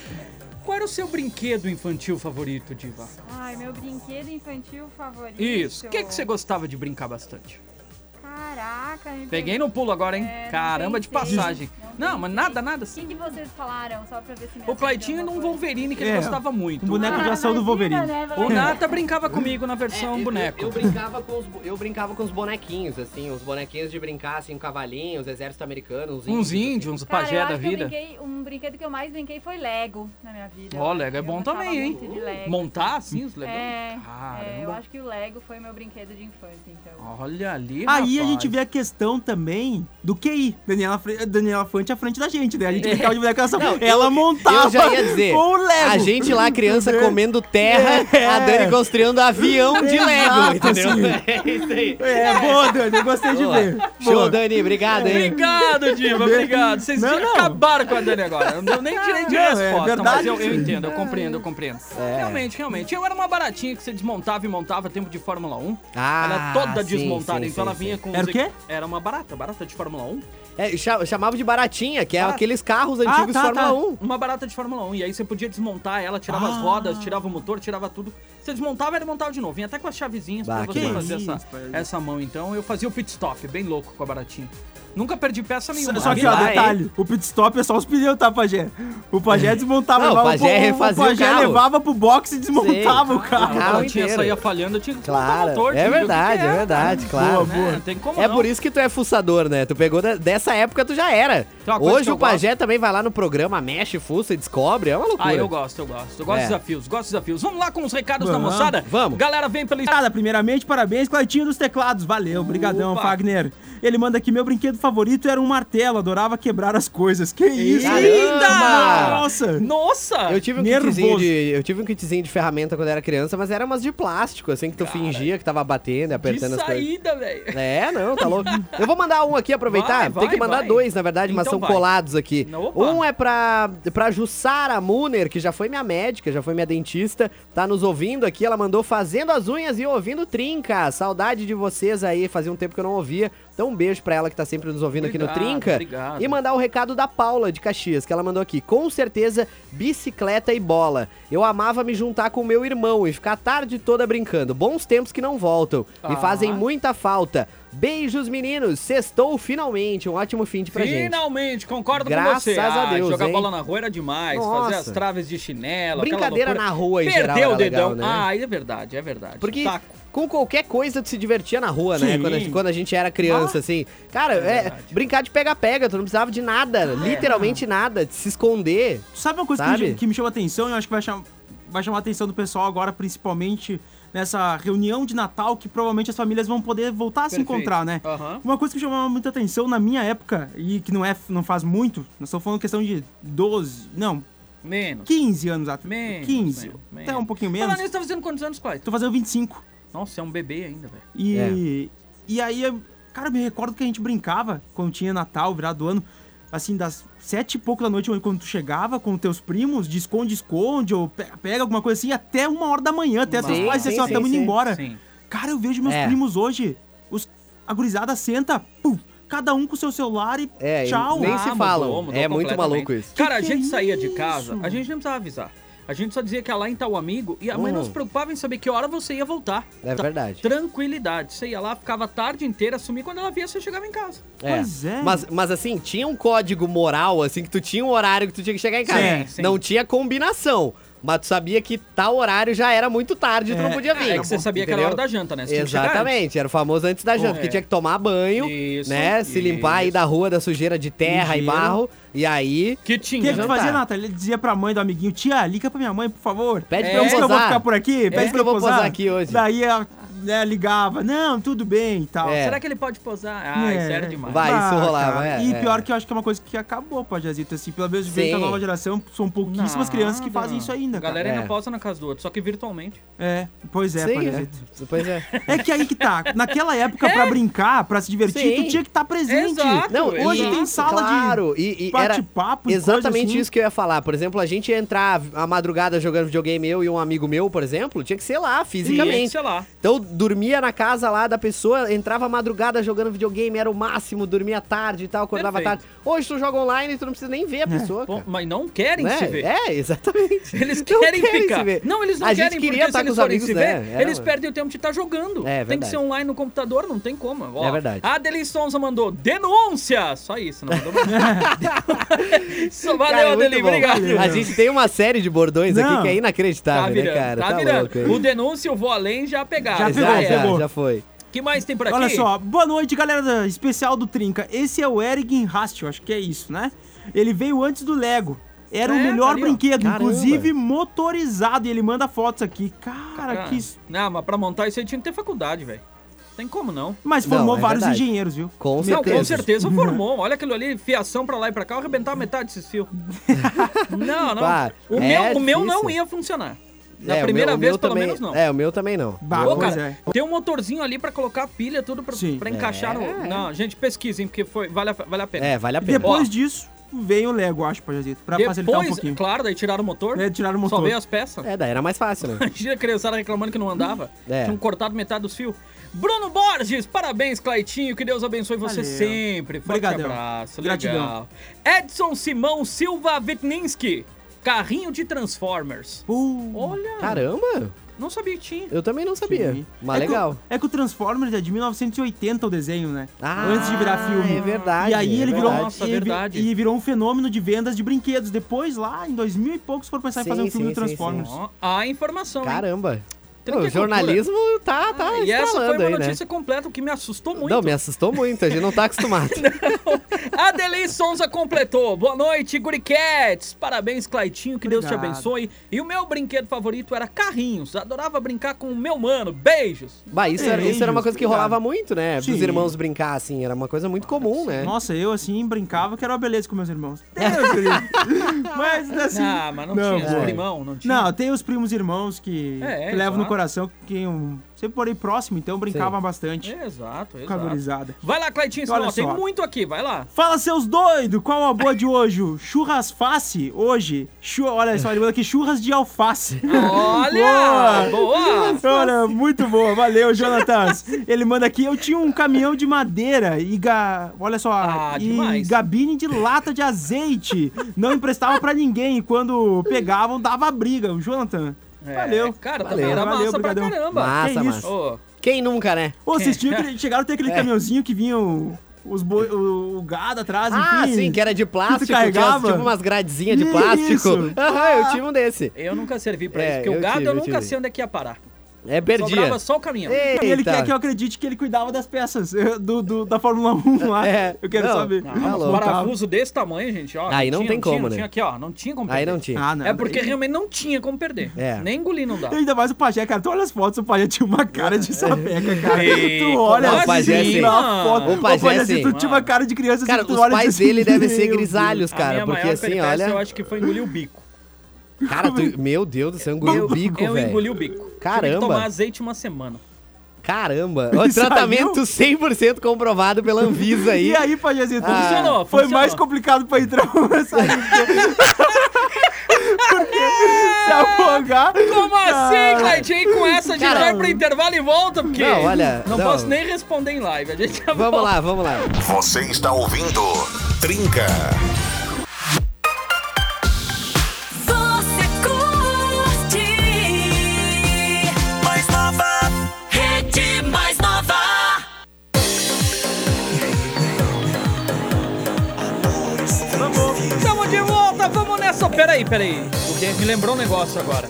Speaker 3: Qual era o seu brinquedo infantil favorito, diva?
Speaker 6: Ai, meu brinquedo infantil favorito.
Speaker 3: Isso. O que, que você gostava de brincar bastante?
Speaker 6: Caraca, me
Speaker 3: Peguei no pulo agora, hein?
Speaker 6: É, não
Speaker 3: Caramba, de
Speaker 6: pensei.
Speaker 3: passagem. Não, mas nada, nada. assim.
Speaker 6: O que, que vocês falaram? Só pra ver se me
Speaker 3: O
Speaker 6: acertou
Speaker 3: Claitinho era um
Speaker 6: alguma coisa.
Speaker 3: Wolverine que ele
Speaker 5: É,
Speaker 3: gostava muito.
Speaker 5: um boneco de ação do Wolverine.
Speaker 6: Né,
Speaker 3: O
Speaker 6: Valéria?
Speaker 3: Nata brincava comigo na
Speaker 6: É,
Speaker 3: versão é um boneco.
Speaker 4: Eu, brincava com os, eu brincava com os bonequinhos, assim, os bonequinhos de brincar, assim, cavalinhos, exército americano, uns
Speaker 3: Uns índios, uns
Speaker 6: Cara, eu
Speaker 3: pajé
Speaker 6: acho
Speaker 3: da
Speaker 6: que eu
Speaker 3: vida.
Speaker 6: brinquei- um brinquedo que eu mais brinquei foi Lego na minha vida.
Speaker 3: Ó, Lego é
Speaker 6: Eu
Speaker 3: bom
Speaker 6: gostava
Speaker 3: também, hein?
Speaker 6: muito de Lego.
Speaker 3: Montar assim os legos?
Speaker 6: É, é, eu
Speaker 3: Caramba.
Speaker 6: acho que o Lego foi meu brinquedo de infância, então.
Speaker 3: Olha ali,
Speaker 5: Aí a
Speaker 3: rapaz.
Speaker 5: gente vê a questão também do QI. Daniela, Fre- Daniela elefante à frente da gente, né? A gente brincava de boneca da
Speaker 4: É. Não,
Speaker 5: Sapucaí. Ela montava
Speaker 4: Eu já ia dizer,
Speaker 5: com o Lego.
Speaker 4: a gente lá, criança, comendo terra,
Speaker 5: É.
Speaker 4: a Dani construindo avião de Lego,
Speaker 5: Exato,
Speaker 4: entendeu?
Speaker 5: sim.
Speaker 3: É isso aí.
Speaker 5: É, boa, Dani, eu gostei de
Speaker 4: Boa.
Speaker 5: ver.
Speaker 4: Show,
Speaker 5: Boa.
Speaker 4: Dani, obrigado, hein?
Speaker 3: Obrigado, Diva, obrigado. Vocês
Speaker 5: Não, não.
Speaker 3: acabaram com a Dani agora. Não deu nem direito de
Speaker 5: Não, é
Speaker 3: resposta, mas
Speaker 5: verdade, É.
Speaker 3: eu, eu
Speaker 5: sim.
Speaker 3: entendo, eu compreendo, eu compreendo. Realmente, realmente. Eu era uma baratinha que você desmontava e montava tempo de Fórmula 1.
Speaker 4: Ah,
Speaker 3: ela era toda
Speaker 4: sim,
Speaker 3: desmontada,
Speaker 4: sim,
Speaker 3: então
Speaker 4: sim,
Speaker 3: ela vinha
Speaker 4: sim.
Speaker 3: com...
Speaker 5: Era
Speaker 3: os
Speaker 5: o quê?
Speaker 3: Era uma barata, barata de Fórmula 1.
Speaker 4: É, cha- chamava de baratinha, que é
Speaker 3: Ah.
Speaker 4: aqueles carros antigos de
Speaker 5: tá,
Speaker 4: Fórmula
Speaker 5: tá.
Speaker 4: 1.
Speaker 3: Uma barata de Fórmula 1. E aí você podia desmontar ela, tirava as
Speaker 5: Ah.
Speaker 3: rodas, tirava o motor, tirava tudo. Você desmontava e desmontava de novo. Vinha até com as chavezinhas
Speaker 4: Bah,
Speaker 3: pra
Speaker 4: que
Speaker 3: você fazer
Speaker 5: isso,
Speaker 3: essa,
Speaker 5: pai.
Speaker 3: essa mão. Então eu fazia o pit stop, bem louco com a baratinha. Nunca perdi peça nenhuma.
Speaker 5: Só que, ó,
Speaker 4: Lá, hein?
Speaker 5: detalhe, o pit stop é só os pneus, tá, Pajé? O Pajé desmontava,
Speaker 4: É. Não, o
Speaker 5: levava
Speaker 4: Pajé refazia o carro.
Speaker 5: levava pro box e desmontava
Speaker 4: Sim.
Speaker 5: o carro.
Speaker 3: a baratinha
Speaker 4: inteiro.
Speaker 3: saía falhando, eu tinha que desmontar o
Speaker 4: Ah, então Claro,
Speaker 3: motor.
Speaker 4: é
Speaker 3: filho, o que
Speaker 4: verdade,
Speaker 3: que
Speaker 4: é verdade, claro.
Speaker 5: Boa,
Speaker 3: Né?
Speaker 5: boa.
Speaker 3: Não tem como
Speaker 4: É
Speaker 3: não.
Speaker 4: por isso que tu é fuçador, né? Tu pegou da- dessa época, tu já era.
Speaker 3: Tem uma coisa que
Speaker 4: Hoje
Speaker 3: eu
Speaker 4: o Pajé também vai lá no programa, mexe, fuça e descobre, é uma loucura.
Speaker 3: Ah, eu gosto, eu gosto. Eu gosto
Speaker 4: É.
Speaker 3: de desafios, gosto de desafios. Vamos lá com os recados da
Speaker 5: Vamos,
Speaker 3: moçada?
Speaker 4: vamos.
Speaker 3: Galera, vem pela...
Speaker 5: Nada, primeiramente, parabéns, Claitinho dos Teclados. Valeu, brigadão,
Speaker 3: Opa.
Speaker 5: Fagner. Ele manda aqui, meu brinquedo favorito era um martelo, adorava quebrar as coisas. Que isso,
Speaker 4: Caramba!
Speaker 5: Nossa!
Speaker 3: Nossa!
Speaker 4: Eu tive, um
Speaker 5: Nervoso.
Speaker 4: kitzinho de, eu tive um kitzinho de ferramenta quando era criança, mas era umas de plástico, assim, que tu fingia que tava batendo,
Speaker 3: de
Speaker 4: apertando as coisas.
Speaker 3: saída, velho.
Speaker 4: É, não, tá louco. Eu vou mandar um aqui, aproveitar.
Speaker 3: Vai, vai,
Speaker 4: Tem que mandar
Speaker 3: vai.
Speaker 4: dois, na verdade, mas
Speaker 3: Então
Speaker 4: são
Speaker 3: vai.
Speaker 4: colados aqui.
Speaker 3: Opa.
Speaker 4: Um é pra, pra Jussara Muner, que já foi minha médica, já foi minha dentista, tá nos ouvindo aqui. Ela mandou fazendo as unhas e ouvindo trinca. Saudade de vocês aí, fazia um tempo que eu não ouvia. Então um beijo pra ela que tá sempre nos ouvindo aqui no
Speaker 3: Obrigado,
Speaker 4: Trinca.
Speaker 3: obrigado.
Speaker 4: E mandar o recado da Paula de Caxias, que ela mandou aqui. Com certeza, bicicleta e bola. Eu amava me juntar com o meu irmão e ficar a tarde toda brincando. Bons tempos que não voltam. Me
Speaker 3: Ah.
Speaker 4: fazem muita falta. Beijos, meninos. Sextou finalmente. Um ótimo fim de pra gente.
Speaker 3: Finalmente, concordo com
Speaker 4: Graças
Speaker 3: você. Ah,
Speaker 4: a Deus,
Speaker 3: jogar
Speaker 4: hein?
Speaker 3: bola na rua era demais, fazer
Speaker 4: Nossa.
Speaker 3: as traves de chinelo, aquela
Speaker 4: Brincadeira
Speaker 3: loucura.
Speaker 4: na rua em
Speaker 3: Perdeu
Speaker 4: geral
Speaker 3: o
Speaker 4: era legal,
Speaker 3: dedão.
Speaker 4: né?
Speaker 3: Ah, é verdade, é verdade.
Speaker 4: Porque
Speaker 3: Taco.
Speaker 4: com qualquer coisa tu se divertia na rua, né?
Speaker 5: Sim.
Speaker 4: Quando a, gente- quando a gente era criança, assim. Cara, é,
Speaker 3: Ah. verdade. Ah, é.
Speaker 4: brincar de pega-pega, tu não precisava de nada, literalmente nada, de se esconder.
Speaker 5: Tu sabe uma coisa
Speaker 4: Sabe?
Speaker 5: Que, me, que me chama atenção e eu acho que vai, cham- vai chamar a atenção do pessoal agora, principalmente nessa reunião de Natal, que provavelmente as famílias vão poder voltar a se
Speaker 3: Perfeito.
Speaker 5: encontrar, né?
Speaker 3: Aham.
Speaker 5: Uma coisa que chamava muita atenção na minha época, e que não é, não faz muito, nós estamos falando questão de 12, não,
Speaker 3: Menos.
Speaker 5: 15 anos atrás.
Speaker 3: Menos,
Speaker 5: 15,
Speaker 3: menos,
Speaker 5: até
Speaker 3: menos.
Speaker 5: um pouquinho
Speaker 3: Falando
Speaker 5: menos.
Speaker 3: nisso, tá fazendo quantos anos, Clyde?
Speaker 5: Tô fazendo 25.
Speaker 3: Nossa, é um bebê ainda, velho.
Speaker 4: É.
Speaker 5: E, e aí, eu- cara, eu me recordo que a gente brincava quando tinha Natal, virado do ano. Assim, das sete e pouco da noite, quando tu chegava com teus primos, de esconde-esconde, ou pega, pega alguma coisa assim, até uma hora da manhã, até
Speaker 3: Sim,
Speaker 5: teus pais
Speaker 4: sim,
Speaker 5: assim, ó,
Speaker 4: sim,
Speaker 5: tamo indo
Speaker 4: sim.
Speaker 5: embora.
Speaker 3: Sim.
Speaker 5: Cara, eu vejo meus
Speaker 4: É.
Speaker 5: primos hoje, os, a gurizada senta, pum, cada um com seu celular e
Speaker 4: É, e
Speaker 5: tchau.
Speaker 4: nem
Speaker 3: Ah,
Speaker 4: se
Speaker 3: mudou,
Speaker 4: falam.
Speaker 3: mudou
Speaker 4: é muito
Speaker 3: completamente.
Speaker 4: maluco isso.
Speaker 3: Cara,
Speaker 5: Que
Speaker 3: a
Speaker 5: que
Speaker 3: gente
Speaker 5: é
Speaker 3: saía de
Speaker 5: isso?
Speaker 3: casa, a gente não precisava avisar. A gente só dizia que ia lá em tal amigo e a mãe não
Speaker 4: Hum.
Speaker 3: se preocupava em saber que hora você ia voltar.
Speaker 4: É
Speaker 3: Tá-
Speaker 4: verdade.
Speaker 3: Tranquilidade. Você ia lá, ficava a tarde inteira, sumia. Quando ela via, você chegava em casa.
Speaker 4: É.
Speaker 5: Pois é.
Speaker 4: Mas, mas assim, tinha um código moral, assim, que tu tinha um horário que tu tinha que chegar em casa.
Speaker 5: Sim,
Speaker 3: sim.
Speaker 4: Não tinha combinação. Mas tu sabia que tal horário já era muito tarde e tu
Speaker 5: É,
Speaker 4: não podia vir.
Speaker 3: É que você sabia que era a hora da janta, né? Você tinha que chegar antes.
Speaker 4: Exatamente, era o famoso antes da janta,
Speaker 3: É.
Speaker 4: que tinha que tomar banho,
Speaker 3: Isso,
Speaker 4: né? Se limpar aí
Speaker 3: isso.
Speaker 4: da rua, da sujeira de terra e
Speaker 5: Ligeiro.
Speaker 4: barro. E aí,
Speaker 3: Que
Speaker 5: O que, é
Speaker 3: tinha.
Speaker 5: que tu
Speaker 4: Não
Speaker 5: fazia,
Speaker 4: tá.
Speaker 5: Natália? Ele dizia pra mãe do amiguinho, tia, liga pra minha mãe, por favor.
Speaker 4: Pede
Speaker 5: É,
Speaker 4: pra eu
Speaker 5: que eu vou
Speaker 4: posar.
Speaker 5: ficar por aqui, pede
Speaker 4: que né, eu vou posar aqui hoje.
Speaker 5: Daí ela né, ligava, não, tudo bem e tal.
Speaker 4: É.
Speaker 3: Será que ele pode posar? Ah, isso era demais.
Speaker 4: Vai, isso
Speaker 5: Ah,
Speaker 4: rolava,
Speaker 5: cara.
Speaker 4: é,
Speaker 5: E
Speaker 4: é.
Speaker 5: pior que eu acho que é uma coisa que acabou, Pajazito, assim, pelo menos vem
Speaker 4: Sim.
Speaker 5: da nova geração, são pouquíssimas
Speaker 3: Nada.
Speaker 5: crianças que fazem isso ainda,
Speaker 3: A
Speaker 5: cara.
Speaker 3: galera ainda
Speaker 4: É.
Speaker 3: pausa na casa do outro, só que virtualmente.
Speaker 5: É, pois é,
Speaker 4: sim,
Speaker 5: Pajazito.
Speaker 4: é. Pois é.
Speaker 5: É. que aí que tá, naquela época, pra brincar, pra se divertir,
Speaker 4: Sim.
Speaker 5: tu tinha que estar presente.
Speaker 3: É. Exato.
Speaker 4: Não,
Speaker 5: Hoje
Speaker 4: e-
Speaker 5: tem sala de
Speaker 4: claro, e, e era
Speaker 5: bate-papo e coisa
Speaker 4: exatamente
Speaker 5: assim.
Speaker 4: isso que eu ia falar. Por exemplo, a gente ia entrar a madrugada jogando videogame eu e um amigo meu, por exemplo, tinha que ser lá,
Speaker 3: E,
Speaker 4: fisicamente.
Speaker 3: sei lá.
Speaker 4: Então dormia na casa lá da pessoa, entrava a madrugada jogando videogame, era o máximo, dormia tarde e tal, acordava
Speaker 3: Perfeito.
Speaker 4: tarde. Hoje tu joga online e tu não precisa nem ver a pessoa,
Speaker 3: Pô,
Speaker 4: cara.
Speaker 3: mas não querem
Speaker 4: Né?
Speaker 3: se ver.
Speaker 4: É, exatamente.
Speaker 3: Eles
Speaker 4: Não
Speaker 3: querem, ficar.
Speaker 4: se ver.
Speaker 3: Não, eles não
Speaker 4: a
Speaker 3: querem
Speaker 4: gente queria
Speaker 3: porque
Speaker 4: estar
Speaker 3: se
Speaker 4: com
Speaker 3: eles
Speaker 4: os
Speaker 3: forem
Speaker 4: amigos,
Speaker 3: se ver,
Speaker 4: né? Era
Speaker 3: eles
Speaker 4: uma-
Speaker 3: perdem o tempo de estar jogando.
Speaker 4: É,
Speaker 3: Tem que
Speaker 4: verdade.
Speaker 3: ser online no computador, não tem como. Ó,
Speaker 4: É verdade.
Speaker 3: A Adeli Sonza mandou denúncia. Só isso, não mandou mais nada. Só valeu,
Speaker 4: Cara, é muito
Speaker 3: Adeli,
Speaker 4: bom.
Speaker 3: obrigado.
Speaker 4: A gente tem uma série de bordões aqui
Speaker 5: Não.
Speaker 4: que é
Speaker 3: Tá
Speaker 4: inacreditável,
Speaker 3: virando,
Speaker 4: né, cara?
Speaker 3: tá,
Speaker 4: Tá
Speaker 3: virando.
Speaker 4: louco, hein?
Speaker 3: o denúncia, eu vou além, já pegaram.
Speaker 5: Já
Speaker 4: Já,
Speaker 5: pegou,
Speaker 3: era.
Speaker 4: já,
Speaker 5: pegou.
Speaker 4: já foi.
Speaker 3: que mais tem por Tá aqui?
Speaker 5: Olha só, boa noite, galera da- especial do Trinca. Esse é o Eric Rast, eu acho que é isso, né? Ele veio antes do Lego. Era o
Speaker 3: É,
Speaker 5: melhor
Speaker 3: tá ali, ó.
Speaker 5: brinquedo,
Speaker 4: Caramba.
Speaker 5: inclusive motorizado. E ele manda fotos aqui. Cara,
Speaker 3: Ah,
Speaker 5: que. s-
Speaker 3: Não, mas pra montar isso aí tinha que ter faculdade, velho. Tem como não.
Speaker 5: Mas
Speaker 4: Não,
Speaker 5: formou
Speaker 4: é
Speaker 5: vários
Speaker 4: verdade.
Speaker 5: engenheiros, viu?
Speaker 4: Com
Speaker 5: Meu
Speaker 3: Não,
Speaker 4: certeza.
Speaker 3: com certeza formou. Olha aquilo ali, fiação pra lá e pra cá, eu arrebentar metade desses fios. Não, não.
Speaker 4: Pá,
Speaker 3: o,
Speaker 4: é
Speaker 3: meu, o meu não
Speaker 4: difícil.
Speaker 3: ia funcionar. Na
Speaker 4: É, o meu-
Speaker 3: primeira
Speaker 4: o
Speaker 3: vez,
Speaker 4: meu
Speaker 3: pelo
Speaker 4: também-
Speaker 3: menos, não.
Speaker 4: É, o meu também não.
Speaker 5: Bah,
Speaker 3: Pô,
Speaker 5: pois
Speaker 3: cara,
Speaker 5: é.
Speaker 3: tem um motorzinho ali pra colocar pilha, tudo pra,
Speaker 5: Sim.
Speaker 3: pra encaixar no. Não, gente, pesquisem, porque foi, vale, a, vale a pena.
Speaker 4: É, vale a pena.
Speaker 5: Depois
Speaker 3: Ó.
Speaker 5: disso, veio o Lego, acho, Pajazito, pra facilitar um
Speaker 3: Depois,
Speaker 5: pouquinho.
Speaker 3: claro, daí tiraram o motor.
Speaker 5: É, tiraram o
Speaker 3: Só
Speaker 5: motor.
Speaker 3: veio as peças.
Speaker 4: É, daí era mais fácil, né?
Speaker 3: Imagina a criançada reclamando que não andava.
Speaker 4: É.
Speaker 3: Tinham cortado metade dos fios. Bruno Borges, parabéns, Claitinho. Que Deus abençoe você
Speaker 5: Valeu.
Speaker 3: sempre. Forte
Speaker 5: Obrigadão.
Speaker 3: abraço.
Speaker 5: Gratidão.
Speaker 3: Legal. Edson Simão Silva Vitninski. Carrinho de Transformers.
Speaker 5: Uh,
Speaker 3: Olha,
Speaker 4: Caramba,
Speaker 3: não sabia que tinha.
Speaker 4: eu também não sabia.
Speaker 5: Sim.
Speaker 4: Mas
Speaker 5: é que o-
Speaker 4: legal.
Speaker 5: é que o Transformers é de 1980 o desenho, né?
Speaker 4: Ah,
Speaker 5: Antes de virar filme.
Speaker 4: é verdade,
Speaker 5: E aí
Speaker 4: é
Speaker 5: ele virou,
Speaker 4: verdade.
Speaker 3: Nossa,
Speaker 5: e ele vi-
Speaker 3: verdade.
Speaker 5: e virou um fenômeno de vendas de brinquedos. Depois, lá em 2000 e poucos, foram pensar em
Speaker 4: Sim,
Speaker 5: fazer um filme
Speaker 4: sim,
Speaker 5: do
Speaker 4: sim,
Speaker 5: Transformers.
Speaker 3: Ó, a informação, hein?
Speaker 4: Caramba.
Speaker 3: Trinta
Speaker 4: o
Speaker 3: e cultura. Ah,
Speaker 4: jornalismo tá, tá
Speaker 3: E essa foi
Speaker 4: estralando
Speaker 3: uma
Speaker 4: aí, né?
Speaker 3: notícia completa, o que me assustou muito.
Speaker 4: Não, me assustou muito, a gente não tá acostumado.
Speaker 3: Adelei Sonza completou. Boa noite, Guricats. Parabéns, Claitinho. Que Deus te
Speaker 5: Obrigado.
Speaker 3: abençoe. E o meu brinquedo favorito era carrinhos. Adorava brincar com o meu mano. Beijos.
Speaker 4: Bah, isso, era, isso era uma coisa que
Speaker 5: Obrigado.
Speaker 4: rolava muito, né? Dos
Speaker 5: Sim.
Speaker 4: irmãos brincar, assim, era uma coisa muito comum, né?
Speaker 5: Nossa, eu assim brincava que era uma beleza com meus irmãos. Deus, querido. Mas assim.
Speaker 3: ah, mas não,
Speaker 5: não,
Speaker 3: tinha
Speaker 5: pô.
Speaker 3: esse primão, não tinha.
Speaker 5: Não, tem os primos e irmãos que,
Speaker 3: É, é,
Speaker 5: que levam no
Speaker 3: claro.
Speaker 5: coração, que eu sempre morei próximo, então eu brincava bastante
Speaker 3: Exato,
Speaker 5: com a
Speaker 3: É, exato.
Speaker 5: gurizada.
Speaker 3: Vai lá, Claitinho,
Speaker 5: Olha
Speaker 3: senão tem
Speaker 5: só.
Speaker 3: muito aqui, vai lá.
Speaker 5: Fala, seus doidos! Qual a boa de hoje? Churras face? Hoje? Chu... Olha só, ele manda aqui churras de alface.
Speaker 3: Ah, Olha! boa!
Speaker 5: Olha, muito boa, valeu, Jonatas. Ele manda aqui, eu tinha um caminhão de madeira e ga... olha só,
Speaker 3: Ah,
Speaker 5: e
Speaker 3: demais.
Speaker 5: gabine de lata de azeite. Não emprestava pra ninguém e quando pegavam dava briga. O Jonathan,
Speaker 3: É,
Speaker 5: valeu.
Speaker 3: Cara,
Speaker 5: valeu,
Speaker 3: também era massa pra
Speaker 5: brigadão.
Speaker 3: caramba.
Speaker 4: Massa,
Speaker 5: que
Speaker 4: massa.
Speaker 5: isso?
Speaker 3: Ô,
Speaker 4: Quem É. nunca, né?
Speaker 5: Ô, vocês tinham aquele- chegaram a ter aquele caminhãozinho que vinha o, os boi- o, o gado atrás,
Speaker 4: Ah,
Speaker 5: enfim.
Speaker 4: sim, que era de plástico, tinha
Speaker 5: carregava?
Speaker 4: tipo umas gradezinhas de
Speaker 5: Isso!
Speaker 4: plástico. Aham, eu tive um desse.
Speaker 3: eu nunca servi pra
Speaker 4: É,
Speaker 3: isso, porque
Speaker 4: eu
Speaker 3: o gado
Speaker 4: tive,
Speaker 3: eu
Speaker 4: eu
Speaker 3: nunca
Speaker 4: tive.
Speaker 3: sei onde é que ia parar.
Speaker 4: É, perdia.
Speaker 3: Sobrava só um. o caminhão.
Speaker 5: E ele quer que eu
Speaker 4: Eita.
Speaker 5: acredite que ele cuidava das peças eh, do, do- da Fórmula 1 lá.
Speaker 4: É,
Speaker 5: eu quero
Speaker 4: não,
Speaker 5: saber.
Speaker 4: não,
Speaker 3: Ah, mas
Speaker 4: Alô.
Speaker 3: um parafuso desse tamanho, gente, ó.
Speaker 4: Aí não
Speaker 3: tinha,
Speaker 4: tem como, né?
Speaker 3: Tinha aqui, ó, não tinha como perder.
Speaker 4: Aí não tinha.
Speaker 5: Ah, não.
Speaker 3: É porque realmente não tinha como perder.
Speaker 4: É.
Speaker 3: Nem engolir não dá.
Speaker 5: E Ainda mais o pajé, cara. Tu olha as fotos, o pajé tinha uma cara de sapeca, cara.
Speaker 3: Ei,
Speaker 5: tu olha
Speaker 4: como
Speaker 5: assim,
Speaker 4: o pajé é assim?
Speaker 5: na foto.
Speaker 4: O pajé é
Speaker 5: assim,
Speaker 4: assim.
Speaker 5: tu tinha uma cara de criança.
Speaker 4: Cara,
Speaker 5: assim, tu
Speaker 4: os
Speaker 5: olha
Speaker 4: pais
Speaker 5: assim,
Speaker 4: dele devem ser
Speaker 5: meu
Speaker 4: grisalhos,
Speaker 3: A
Speaker 4: cara,
Speaker 3: minha
Speaker 4: porque
Speaker 3: maior
Speaker 4: assim,
Speaker 3: peripécia,
Speaker 4: olha...
Speaker 3: eu acho que foi engolir o bico.
Speaker 4: Cara, tu- meu Deus do céu, engoliu o bico,
Speaker 3: eu
Speaker 4: velho.
Speaker 3: engoli o bico. Tive que
Speaker 4: Caramba.
Speaker 3: tomar azeite uma semana.
Speaker 4: Caramba, o tratamento 100% comprovado pela Anvisa
Speaker 5: Deus.
Speaker 4: aí.
Speaker 5: E aí, pajézinho?
Speaker 4: Ah,
Speaker 3: Funcionou,
Speaker 5: Foi
Speaker 3: funcionou.
Speaker 5: mais complicado pra entrar nessa lista. Porque se afogar...
Speaker 3: Como assim, Cleitinho? Com essa a gente
Speaker 4: Cara,
Speaker 3: vai pro intervalo e volta, porque
Speaker 4: Não, olha,
Speaker 3: não,
Speaker 4: não.
Speaker 3: posso nem responder em live. A gente já
Speaker 4: Vamos
Speaker 3: volta.
Speaker 4: lá, vamos lá.
Speaker 1: Você está ouvindo Trinca.
Speaker 7: Você curte mais nova, rede mais nova.
Speaker 3: Estamos de volta, vamos nessa. Peraí, peraí. O quê? Me lembrou um negócio agora.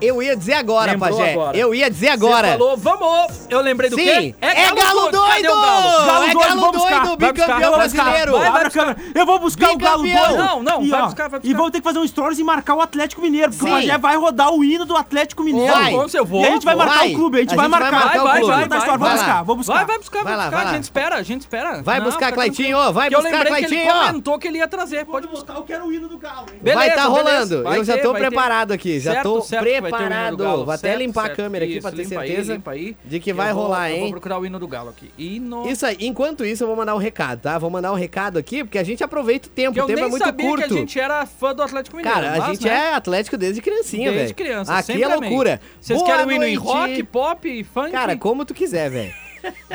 Speaker 4: Eu ia dizer agora,
Speaker 3: Lembrou
Speaker 4: Pajé.
Speaker 3: agora.
Speaker 4: Eu ia dizer
Speaker 3: Você
Speaker 4: agora.
Speaker 3: falou, vamos! Eu lembrei do quê?
Speaker 4: Sim,
Speaker 3: Cadê
Speaker 4: é Galo
Speaker 3: o Galo?
Speaker 4: Doido!
Speaker 5: Galo
Speaker 4: É
Speaker 5: doido,
Speaker 4: Galo
Speaker 5: vamos buscar,
Speaker 4: Doido,
Speaker 3: vai buscar,
Speaker 4: bicampeão
Speaker 3: vai buscar.
Speaker 4: brasileiro.
Speaker 3: Vai, vai
Speaker 5: Abre a câmera. Eu vou buscar o Galo
Speaker 4: Bicampeão.
Speaker 5: doido.
Speaker 3: Não, não,
Speaker 5: e,
Speaker 3: vai
Speaker 5: ó,
Speaker 3: buscar, vai
Speaker 5: E
Speaker 3: buscar.
Speaker 5: vão ter que fazer um stories e marcar o Atlético Mineiro, porque
Speaker 4: Sim.
Speaker 5: o Pajé vai rodar o hino do Atlético Mineiro.
Speaker 4: Vai.
Speaker 3: Vamos, eu vou,
Speaker 5: E a gente vai
Speaker 3: vou.
Speaker 5: marcar
Speaker 4: Vai.
Speaker 5: o clube, a gente
Speaker 4: A
Speaker 5: vai
Speaker 4: gente vai
Speaker 5: marcar.
Speaker 4: marcar o
Speaker 5: a gente
Speaker 4: clube.
Speaker 5: vai,
Speaker 3: Vai
Speaker 5: vai,
Speaker 4: lá.
Speaker 5: buscar, vou buscar.
Speaker 3: Vai, vai buscar, vai,
Speaker 4: Vai lá,
Speaker 3: buscar.
Speaker 4: vai
Speaker 3: a
Speaker 4: lá.
Speaker 3: gente espera, a gente espera.
Speaker 4: Vai
Speaker 3: Não,
Speaker 4: buscar,
Speaker 3: fica tranquilo.
Speaker 4: Claitinho, ó, vai
Speaker 3: Que eu
Speaker 4: buscar,
Speaker 3: lembrei que ele
Speaker 4: Claitinho, ó.
Speaker 3: comentou que ele ia trazer. Pode buscar.
Speaker 5: eu quero o hino do Galo, hein?
Speaker 4: vai
Speaker 3: Beleza, beleza.
Speaker 4: tá rolando.
Speaker 3: Vai
Speaker 4: Eu já
Speaker 3: ter,
Speaker 4: tô
Speaker 3: vai ter.
Speaker 4: preparado aqui. Já
Speaker 3: Certo,
Speaker 4: tô
Speaker 3: certo que vai ter o hino do
Speaker 4: preparado.
Speaker 3: Galo,
Speaker 4: Vou até
Speaker 3: certo,
Speaker 4: limpar
Speaker 3: certo.
Speaker 4: a câmera aqui
Speaker 3: Isso,
Speaker 4: pra ter
Speaker 3: limpa aí,
Speaker 4: certeza
Speaker 3: limpa aí.
Speaker 4: de que
Speaker 3: Eu
Speaker 4: vai
Speaker 3: vou-
Speaker 4: rolar,
Speaker 3: Eu vou
Speaker 4: hein?
Speaker 3: procurar o hino do Galo aqui. Hino...
Speaker 4: Isso aí. Enquanto isso, eu vou mandar um recado, tá? Vou mandar um recado aqui, porque a gente aproveita o tempo.
Speaker 3: Que eu
Speaker 4: o tempo
Speaker 3: nem
Speaker 4: é muito
Speaker 3: sabia
Speaker 4: curto.
Speaker 3: que a gente era fã do Atlético Mineiro.
Speaker 4: Cara, a
Speaker 3: mas,
Speaker 4: gente
Speaker 3: né,
Speaker 4: é atlético desde criancinha, velho.
Speaker 3: Desde criança,
Speaker 4: Aqui
Speaker 3: sempre
Speaker 4: é
Speaker 3: amei.
Speaker 4: loucura.
Speaker 3: Vocês
Speaker 4: Boa
Speaker 3: querem o hino em
Speaker 4: noite.
Speaker 3: rock, pop, funk?
Speaker 4: Cara, como tu quiser, velho.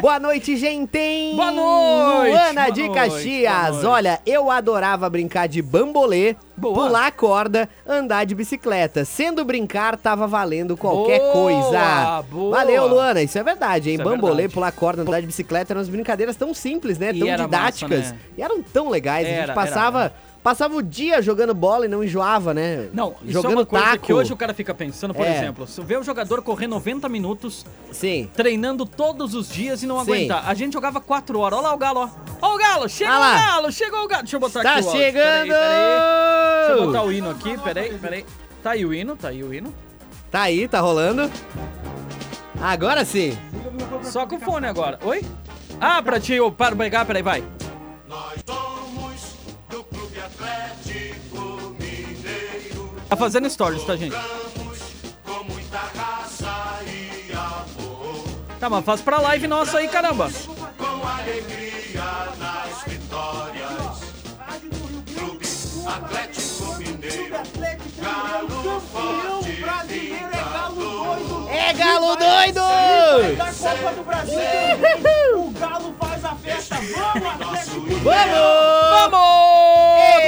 Speaker 4: Boa noite, gente!
Speaker 3: Boa noite,
Speaker 4: Luana
Speaker 3: boa noite,
Speaker 4: de
Speaker 3: boa
Speaker 4: Caxias!
Speaker 3: noite.
Speaker 4: Olha, eu adorava brincar de bambolê,
Speaker 3: Boa.
Speaker 4: pular corda, andar de bicicleta. Sendo brincar, tava valendo qualquer
Speaker 3: Boa,
Speaker 4: coisa.
Speaker 3: boa.
Speaker 4: Valeu, Luana, isso é verdade, hein?
Speaker 3: Isso é
Speaker 4: bambolê,
Speaker 3: verdade.
Speaker 4: pular corda, andar de bicicleta eram umas brincadeiras tão simples, né?
Speaker 3: E
Speaker 4: tão
Speaker 3: era massa,
Speaker 4: didáticas.
Speaker 3: né?
Speaker 4: E eram tão legais. a
Speaker 3: Era,
Speaker 4: gente
Speaker 3: era,
Speaker 4: passava. Passava o dia jogando bola e não enjoava, né?
Speaker 3: Não, isso
Speaker 4: jogando
Speaker 3: é uma coisa
Speaker 4: taco.
Speaker 3: que hoje o cara fica pensando, por
Speaker 4: É.
Speaker 3: exemplo, se vê o jogador correr 90 minutos
Speaker 4: Sim.
Speaker 3: treinando todos os dias e não
Speaker 4: Sim.
Speaker 3: aguentar. A gente jogava 4 horas. Olha lá o Galo, ó. Ó o Galo, chegou
Speaker 4: Ah
Speaker 3: o
Speaker 4: lá.
Speaker 3: Galo, chegou o Galo. Deixa eu botar
Speaker 4: Tá
Speaker 3: aqui o áudio. Peraí,
Speaker 4: chegando!
Speaker 3: peraí. Deixa eu botar o hino aqui, peraí, peraí. Tá aí o hino, tá aí o hino.
Speaker 4: Tá aí, tá rolando. Agora sim.
Speaker 3: Só com o fone agora. Oi? Ah, pra ti, ô, para pegar, peraí, vai. Tá fazendo stories, tá, gente? Tá, mas faz pra live nossa aí, caramba.
Speaker 4: É galo doido!
Speaker 5: Da Copa do Brasil! o Galo faz a festa! Vamos, Atlético!
Speaker 4: Vamos!
Speaker 3: Vamos!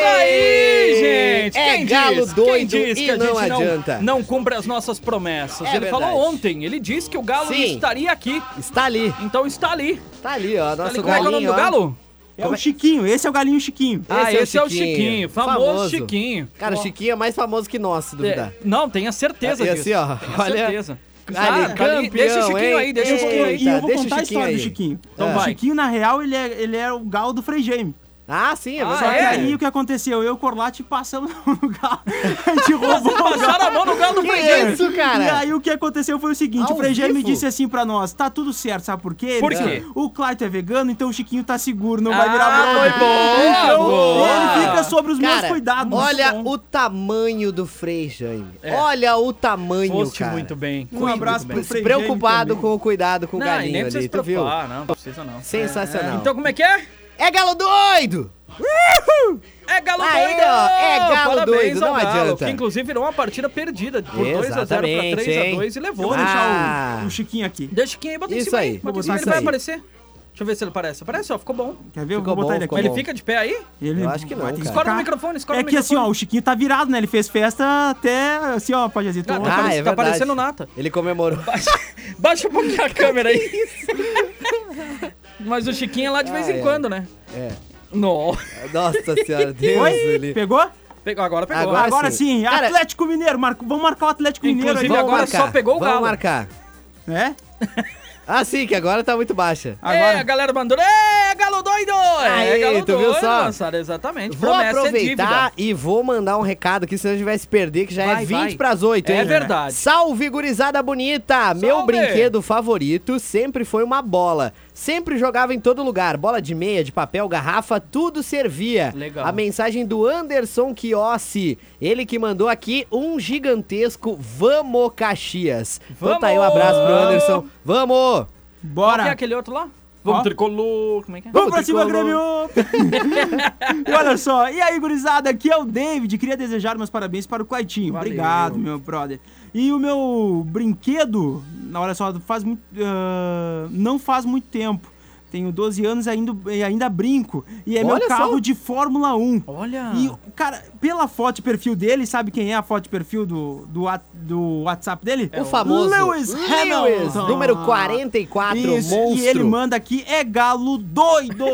Speaker 3: Aí,
Speaker 4: Ei!
Speaker 3: gente!
Speaker 4: É galo doido e não
Speaker 3: não
Speaker 4: adianta.
Speaker 3: Não cumpre as nossas promessas.
Speaker 4: É
Speaker 3: ele
Speaker 4: verdade.
Speaker 3: falou ontem, ele disse que o Galo
Speaker 4: Sim.
Speaker 3: estaria aqui.
Speaker 4: Está ali,
Speaker 3: Então está ali.
Speaker 4: tá ali, ó.
Speaker 3: Está ali.
Speaker 4: Nosso
Speaker 3: Como é que é o nome
Speaker 4: galinho,
Speaker 3: do
Speaker 4: ó.
Speaker 3: Galo?
Speaker 5: É o Chiquinho, esse é o galinho Chiquinho.
Speaker 3: Ah, esse é o Chiquinho, famoso Chiquinho.
Speaker 4: Cara, o Chiquinho é mais famoso que nós, se duvidar.
Speaker 3: É, não, tenha certeza
Speaker 4: E
Speaker 3: disso.
Speaker 4: assim, ó,
Speaker 3: Tenha
Speaker 4: olha-
Speaker 3: certeza.
Speaker 4: Ali,
Speaker 3: Ah, tá ali, deixa o
Speaker 4: campeão,
Speaker 3: Chiquinho
Speaker 4: hein?
Speaker 3: aí, deixa o Chiquinho aí.
Speaker 5: E eu vou
Speaker 4: deixa o
Speaker 5: contar a
Speaker 4: Chiquinho
Speaker 5: história
Speaker 4: aí.
Speaker 5: do Chiquinho.
Speaker 3: Então
Speaker 5: o
Speaker 3: vai.
Speaker 5: Chiquinho, na real, ele é, ele é o Galo do Frei Jaime.
Speaker 4: Ah, sim, é
Speaker 3: Ah,
Speaker 5: Só
Speaker 4: verdade.
Speaker 5: que
Speaker 3: é?
Speaker 5: aí o que aconteceu? Eu e o Corlatti passamos no Galo. A gente roubou o Galo.
Speaker 3: Passaram a mão no Galo do
Speaker 4: Que
Speaker 3: Freguês.
Speaker 4: isso, cara?
Speaker 5: E aí o que aconteceu foi o seguinte,
Speaker 4: Ao
Speaker 5: o Frei Jaime
Speaker 4: vivo?
Speaker 5: disse assim pra nós, tá tudo certo, sabe por quê?
Speaker 3: Por
Speaker 5: Ele
Speaker 3: quê?
Speaker 5: disse, O Clayton é vegano, então o Chiquinho tá seguro, não vai virar
Speaker 3: Ah, foi
Speaker 5: brother.
Speaker 3: boa,
Speaker 5: Então,
Speaker 3: boa.
Speaker 5: ele fica sobre os
Speaker 4: Cara,
Speaker 5: meus cuidados. Então,
Speaker 4: olha o tamanho do Frei Jaime.
Speaker 3: né? É.
Speaker 4: Olha o tamanho,
Speaker 3: Foste
Speaker 4: cara.
Speaker 3: muito bem.
Speaker 5: Um abraço
Speaker 3: muito
Speaker 5: pro
Speaker 3: bem.
Speaker 5: Frei Jaime
Speaker 4: Preocupado
Speaker 5: também.
Speaker 4: com o cuidado com o
Speaker 3: Não, e nem
Speaker 4: galinho
Speaker 3: precisa
Speaker 4: ali,
Speaker 3: se
Speaker 4: tu viu?
Speaker 3: preocupar, não, não precisa não.
Speaker 4: Sensacional.
Speaker 3: Então como é que é?
Speaker 4: É galo doido!
Speaker 3: É galo
Speaker 4: Aí,
Speaker 3: doido!
Speaker 4: ó, é galo doido, não
Speaker 3: ao
Speaker 4: adianta.
Speaker 3: Que inclusive virou uma partida perdida por 2x0
Speaker 4: Exatamente,
Speaker 3: pra 3x2 e
Speaker 4: hein?
Speaker 5: Eu
Speaker 3: levou.
Speaker 5: vou
Speaker 3: né?
Speaker 5: deixar
Speaker 4: Ah.
Speaker 5: o, o Chiquinho aqui.
Speaker 3: Deixa quem aí, bota em
Speaker 4: Isso
Speaker 3: cima
Speaker 4: aí,
Speaker 3: aí. Bota em
Speaker 5: vou
Speaker 3: cima,
Speaker 5: botar
Speaker 3: ele vai
Speaker 4: isso aí.
Speaker 3: aparecer. Deixa eu ver se ele aparece. Aparece, ó, ficou bom.
Speaker 5: Quer ver? Eu
Speaker 4: Ficou
Speaker 5: vou botar
Speaker 4: bom,
Speaker 5: ele
Speaker 4: ficou
Speaker 5: aqui.
Speaker 3: Ele
Speaker 4: bom.
Speaker 3: fica de pé aí?
Speaker 5: Ele
Speaker 4: Eu acho que não,
Speaker 5: vai ter
Speaker 4: cara.
Speaker 3: Escorre
Speaker 5: ficar.
Speaker 3: no microfone, escorre
Speaker 5: É
Speaker 3: no
Speaker 5: que assim, ó,
Speaker 3: microfone.
Speaker 5: o Chiquinho tá virado, né? Ele fez festa até assim, ó, Pajazito.
Speaker 3: Cara,
Speaker 5: Ontem-
Speaker 3: tá
Speaker 4: Ah, é verdade.
Speaker 3: parecendo nata.
Speaker 4: Ele comemorou.
Speaker 3: Baixa, baixa um pouquinho a câmera aí. Mas o Chiquinho é lá de vez
Speaker 4: Ah,
Speaker 3: em
Speaker 4: é.
Speaker 3: quando, né?
Speaker 4: É.
Speaker 3: Não.
Speaker 4: Nossa senhora, Deus
Speaker 5: Oi,
Speaker 4: ali.
Speaker 5: pegou?
Speaker 3: Pegou, agora pegou.
Speaker 4: Agora
Speaker 5: Agora
Speaker 4: sim.
Speaker 5: sim,
Speaker 4: Cara-
Speaker 5: Atlético Mineiro, marco, vamos marcar o Atlético Mineiro
Speaker 3: Inclusive,
Speaker 5: aí.
Speaker 3: ele agora só pegou o
Speaker 4: vamos
Speaker 3: galo.
Speaker 4: marcar.
Speaker 5: É?
Speaker 4: Ah, sim, que agora tá muito baixa.
Speaker 3: É, a galera mandou. É, galo doido! é,
Speaker 4: Aí,
Speaker 3: galo
Speaker 4: tu viu só?
Speaker 3: moçada, exatamente.
Speaker 4: Vou
Speaker 3: Promessa é
Speaker 4: aproveitar
Speaker 3: dívida.
Speaker 4: e vou mandar um recado aqui, senão a gente vai se perder, que já
Speaker 3: Vai,
Speaker 4: é 20
Speaker 3: vai.
Speaker 4: pras 8, hein?
Speaker 3: É verdade.
Speaker 4: Salve, gurizada bonita! Meu brinquedo favorito sempre foi uma bola. Sempre jogava em todo lugar. Bola de meia, de papel, garrafa, tudo servia.
Speaker 3: Legal.
Speaker 4: A mensagem do Anderson Kiossi. Ele que mandou aqui um gigantesco Vamos Caxias. Então tá aí um
Speaker 3: Vamos!
Speaker 4: abraço pro Anderson. Vamos!
Speaker 3: Qual que é
Speaker 5: Bora.
Speaker 3: aquele outro lá?
Speaker 5: Ó.
Speaker 3: Vamos tricolor. Como é que é?
Speaker 5: Vamos pra cima, Grêmio!
Speaker 3: Tricolor.
Speaker 5: Olha só, e aí, gurizada, aqui é o David. Queria desejar meus parabéns para o Claitinho.
Speaker 3: Valeu.
Speaker 5: Obrigado, meu brother. E o meu brinquedo, na- olha só, faz muito, ah, não faz muito tempo. Tenho 12 anos e ainda, e ainda brinco. E é
Speaker 4: Olha
Speaker 5: meu
Speaker 4: só. Ah.
Speaker 5: carro de Fórmula 1.
Speaker 3: Olha.
Speaker 5: E, cara, pela foto de perfil dele, sabe quem é a foto de perfil do, do, wa- do WhatsApp dele?
Speaker 3: É
Speaker 4: É o famoso
Speaker 5: Lewis Hamilton.
Speaker 4: número 44,
Speaker 5: Isso,
Speaker 4: monstro.
Speaker 5: E ele manda aqui, é galo doido!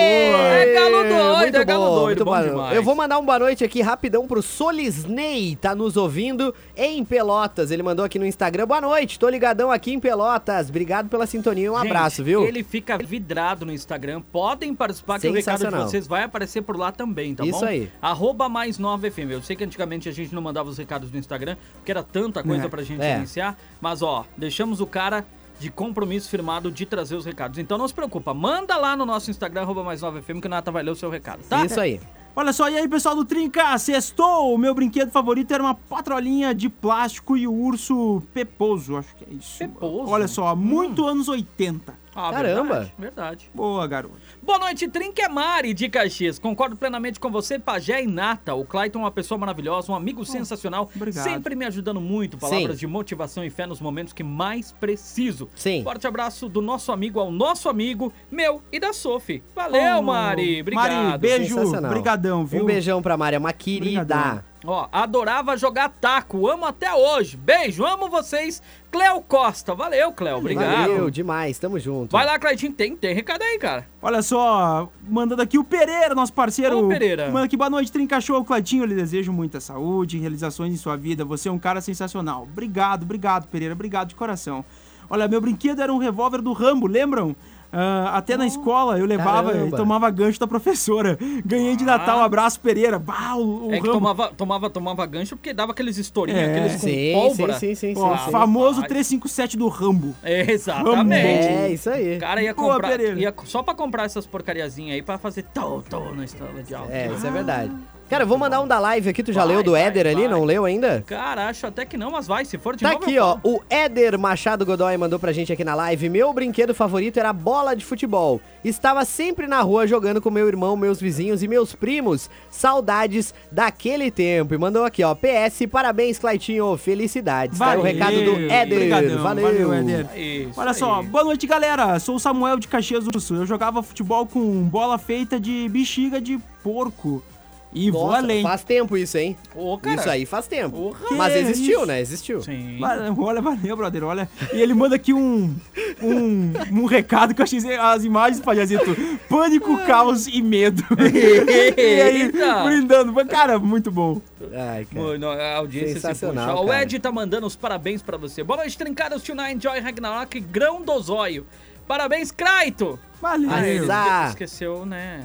Speaker 3: É galo doido,
Speaker 4: Muito
Speaker 3: é galo
Speaker 4: bom,
Speaker 3: doido,
Speaker 4: muito
Speaker 3: bom demais.
Speaker 4: Eu vou mandar um boa noite aqui rapidão pro Solisney, tá nos ouvindo em Pelotas. Ele mandou aqui no Instagram, boa noite, tô ligadão aqui em Pelotas. Obrigado pela sintonia, um
Speaker 3: Gente,
Speaker 4: abraço, viu?
Speaker 3: Ele fica vidrado no Instagram. Podem participar que o recado de
Speaker 4: Sensacional.
Speaker 3: vocês vai aparecer por lá também, tá bom?
Speaker 4: Isso aí.
Speaker 3: Arroba mais 9FM. Eu sei que antigamente a gente não mandava os recados no Instagram, porque era tanta coisa
Speaker 5: É,
Speaker 3: pra gente
Speaker 4: é.
Speaker 3: iniciar. Mas ó, deixamos o cara de compromisso firmado de trazer os recados. Então não se preocupa, manda lá no nosso Instagram, arroba mais 9FM, que o Nata vai ler o seu recado, tá?
Speaker 4: Isso aí.
Speaker 5: Olha só, e aí pessoal do Trinca, sextou! O meu brinquedo favorito era uma patrolinha de plástico e o urso Peposo, acho que é isso.
Speaker 3: Peposo? Hum.
Speaker 5: Olha só, muito anos 80.
Speaker 3: Ah,
Speaker 4: Caramba.
Speaker 3: Verdade, verdade.
Speaker 5: Boa, garoto.
Speaker 3: Boa noite, Trinquemari de Caxias. Concordo plenamente com você, Pajé e Nata. O Clayton é uma pessoa maravilhosa, um amigo sensacional.
Speaker 5: Oh, obrigado.
Speaker 3: Sempre me ajudando muito. Palavras
Speaker 4: Sim.
Speaker 3: de motivação e fé nos momentos que mais preciso.
Speaker 4: Sim.
Speaker 3: Forte abraço do nosso amigo ao nosso amigo, meu e da Sophie. Valeu,
Speaker 5: Oh,
Speaker 3: Mari. Obrigado.
Speaker 5: Mari, beijo.
Speaker 4: Sensacional.
Speaker 5: Obrigadão, viu?
Speaker 4: Um beijão pra Maria, uma querida.
Speaker 5: Obrigadão.
Speaker 3: Ó, adorava jogar taco. Amo até hoje. Beijo, amo vocês. Cléo Costa. Valeu, Cléo. Obrigado.
Speaker 4: Valeu, demais, tamo junto.
Speaker 3: Vai lá, Claytinho. Tem, tem recado aí, cara.
Speaker 5: Olha só, mandando aqui o Pereira, nosso parceiro.
Speaker 3: Ô, Pereira.
Speaker 5: Manda aqui, boa noite, Trinca Show, Cladinho. Eu lhe desejo muita saúde, realizações em sua vida. Você é um cara sensacional. Obrigado, obrigado, Pereira. Obrigado de coração. Olha, meu brinquedo era um revólver do Rambo, lembram? Ah, até na escola eu levava e
Speaker 4: Caramba.
Speaker 5: tomava gancho da professora. Ganhei de Natal, abraço Pereira. Bah, o, o
Speaker 3: É que
Speaker 5: Ramo.
Speaker 3: tomava, tomava, tomava gancho porque dava aqueles estourinhos,
Speaker 5: É.
Speaker 3: aqueles com
Speaker 4: Sim,
Speaker 3: pólvora.
Speaker 4: sim, sim, sim,
Speaker 5: Ó,
Speaker 4: sim, sim.
Speaker 5: famoso
Speaker 3: Ai.
Speaker 5: 357 do Rambo.
Speaker 3: É,
Speaker 4: É,
Speaker 3: exatamente.
Speaker 4: isso aí.
Speaker 3: O cara ia
Speaker 5: Boa,
Speaker 3: comprar,
Speaker 5: Pereira.
Speaker 3: ia só pra comprar essas porcariazinhas aí pra fazer tão, tão na sala de aula.
Speaker 4: É, isso é verdade. Cara, eu vou mandar um da live aqui, tu já
Speaker 3: Vai,
Speaker 4: leu do
Speaker 3: vai,
Speaker 4: Éder ali,
Speaker 3: vai.
Speaker 4: não leu ainda?
Speaker 3: Cara, acho até que não, mas vai, se for de
Speaker 4: Tá
Speaker 3: novo,
Speaker 4: aqui,
Speaker 3: eu
Speaker 4: ó.
Speaker 3: falo.
Speaker 4: O Éder Machado Godoy mandou pra gente aqui na live. Meu brinquedo favorito era bola de futebol. Estava sempre na rua jogando com meu irmão, meus vizinhos e meus primos. Saudades daquele tempo. E mandou aqui, ó. PS, parabéns, Claitinho. Felicidades. Tá aí o
Speaker 5: Valeu.
Speaker 4: recado do Éder.
Speaker 5: Obrigadão,
Speaker 4: valeu.
Speaker 5: valeu, Éder.
Speaker 3: Isso
Speaker 5: Olha só,
Speaker 3: aí.
Speaker 5: boa noite galera, sou o Samuel de Caxias do Sul. Eu jogava futebol com bola feita de bexiga de porco. E vou
Speaker 4: Nossa,
Speaker 5: além.
Speaker 4: faz tempo isso, hein?
Speaker 3: Ô, cara.
Speaker 4: Isso aí faz tempo.
Speaker 3: Porra.
Speaker 4: Mas
Speaker 5: Que
Speaker 4: existiu,
Speaker 5: isso?
Speaker 4: né? Existiu.
Speaker 3: Sim.
Speaker 5: Valeu, Olha, valeu, brother, olha. E ele manda aqui um, um, um recado que eu achei as imagens, Palhazito. Pânico, caos e medo. e aí,
Speaker 3: Eita.
Speaker 5: brindando. Cara, muito bom.
Speaker 4: Ai, cara.
Speaker 3: Mano, a audiência
Speaker 4: Sensacional,
Speaker 3: se puxa. O
Speaker 4: cara.
Speaker 3: Ed tá mandando os parabéns pra você. Boa noite, trincados, Tio Nine, Joy, Ragnarok, Grão do Zóio. Parabéns, Kraito!
Speaker 5: Valeu.
Speaker 4: Mas
Speaker 3: ele
Speaker 4: ah.
Speaker 3: esqueceu, né?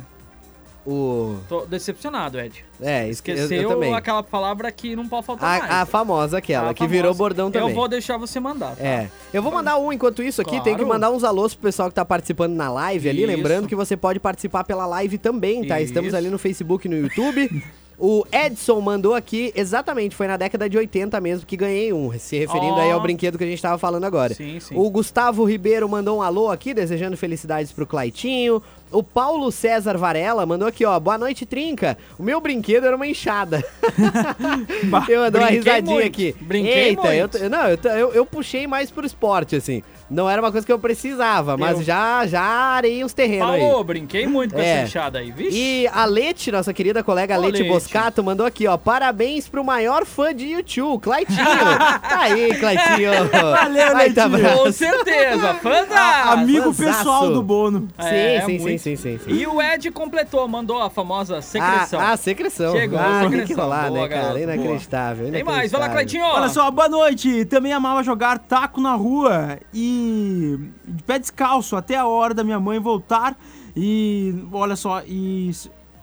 Speaker 4: O...
Speaker 3: Tô decepcionado, Ed.
Speaker 4: É, esqueceu eu,
Speaker 3: Esqueceu
Speaker 4: eu também.
Speaker 3: aquela palavra que não pode faltar mais.
Speaker 4: A, a famosa aquela,
Speaker 3: A
Speaker 4: que virou
Speaker 3: famosa.
Speaker 4: bordão também.
Speaker 3: Eu vou deixar você mandar. tá?
Speaker 4: É. Eu vou mandar um enquanto isso aqui. Tem que
Speaker 3: Claro.
Speaker 4: mandar uns alôs pro pessoal que tá participando na live ali.
Speaker 3: Isso.
Speaker 4: Lembrando que você pode participar pela live também, tá? Estamos
Speaker 3: Isso.
Speaker 4: ali no Facebook e no YouTube. O Edson mandou aqui, exatamente, foi na década de 80 mesmo que ganhei um, se referindo aí ao
Speaker 3: Ó.
Speaker 4: brinquedo que a gente tava falando agora.
Speaker 3: Sim, sim.
Speaker 4: O Gustavo Ribeiro mandou um alô aqui, desejando felicidades pro Claitinho. O Paulo César Varela mandou aqui, ó, boa noite, Trinca. O meu brinquedo era uma enxada.
Speaker 5: Bah,
Speaker 4: Eu mandou uma
Speaker 3: brinquei
Speaker 4: risadinha
Speaker 3: muito,
Speaker 4: aqui.
Speaker 3: brinquei
Speaker 4: Eita, eu,
Speaker 3: muito.
Speaker 4: t- não, eu, t- eu, eu puxei mais pro esporte, assim. Não era uma coisa que eu precisava, mas
Speaker 3: Eu-
Speaker 4: já, já arei uns terrenos aí.
Speaker 3: Paulo, brinquei muito com
Speaker 4: É.
Speaker 3: essa enxada aí, vixe.
Speaker 4: E a Lete, nossa querida colega
Speaker 3: Ô,
Speaker 4: Lete
Speaker 3: Lete.
Speaker 4: Boscato, mandou aqui, ó. Parabéns pro maior fã de YouTube, Claitinho. tá aí, Claitinho.
Speaker 5: Valeu,
Speaker 4: Baita
Speaker 5: Leitinho.
Speaker 4: abraço.
Speaker 3: Com certeza,
Speaker 5: a-
Speaker 3: fantástico!
Speaker 5: amigo
Speaker 4: fanzaço.
Speaker 5: pessoal do Bono.
Speaker 4: Sim,
Speaker 3: É,
Speaker 4: sim, sim,
Speaker 3: muito.
Speaker 4: sim, sim, sim.
Speaker 3: E o Ed completou, mandou a famosa secreção.
Speaker 4: Ah, ah, secreção.
Speaker 3: Chegou,
Speaker 4: ah, tem que
Speaker 3: secreção.
Speaker 4: rolar,
Speaker 3: Boa,
Speaker 4: né, cara?
Speaker 3: garoto, boa.
Speaker 4: inacreditável,
Speaker 3: Tem mais, vai lá,
Speaker 4: inacreditável.
Speaker 3: Cleitinho!
Speaker 5: Olha só, boa noite. Também amava jogar taco na rua e de pé descalço até a hora da minha mãe voltar e olha só e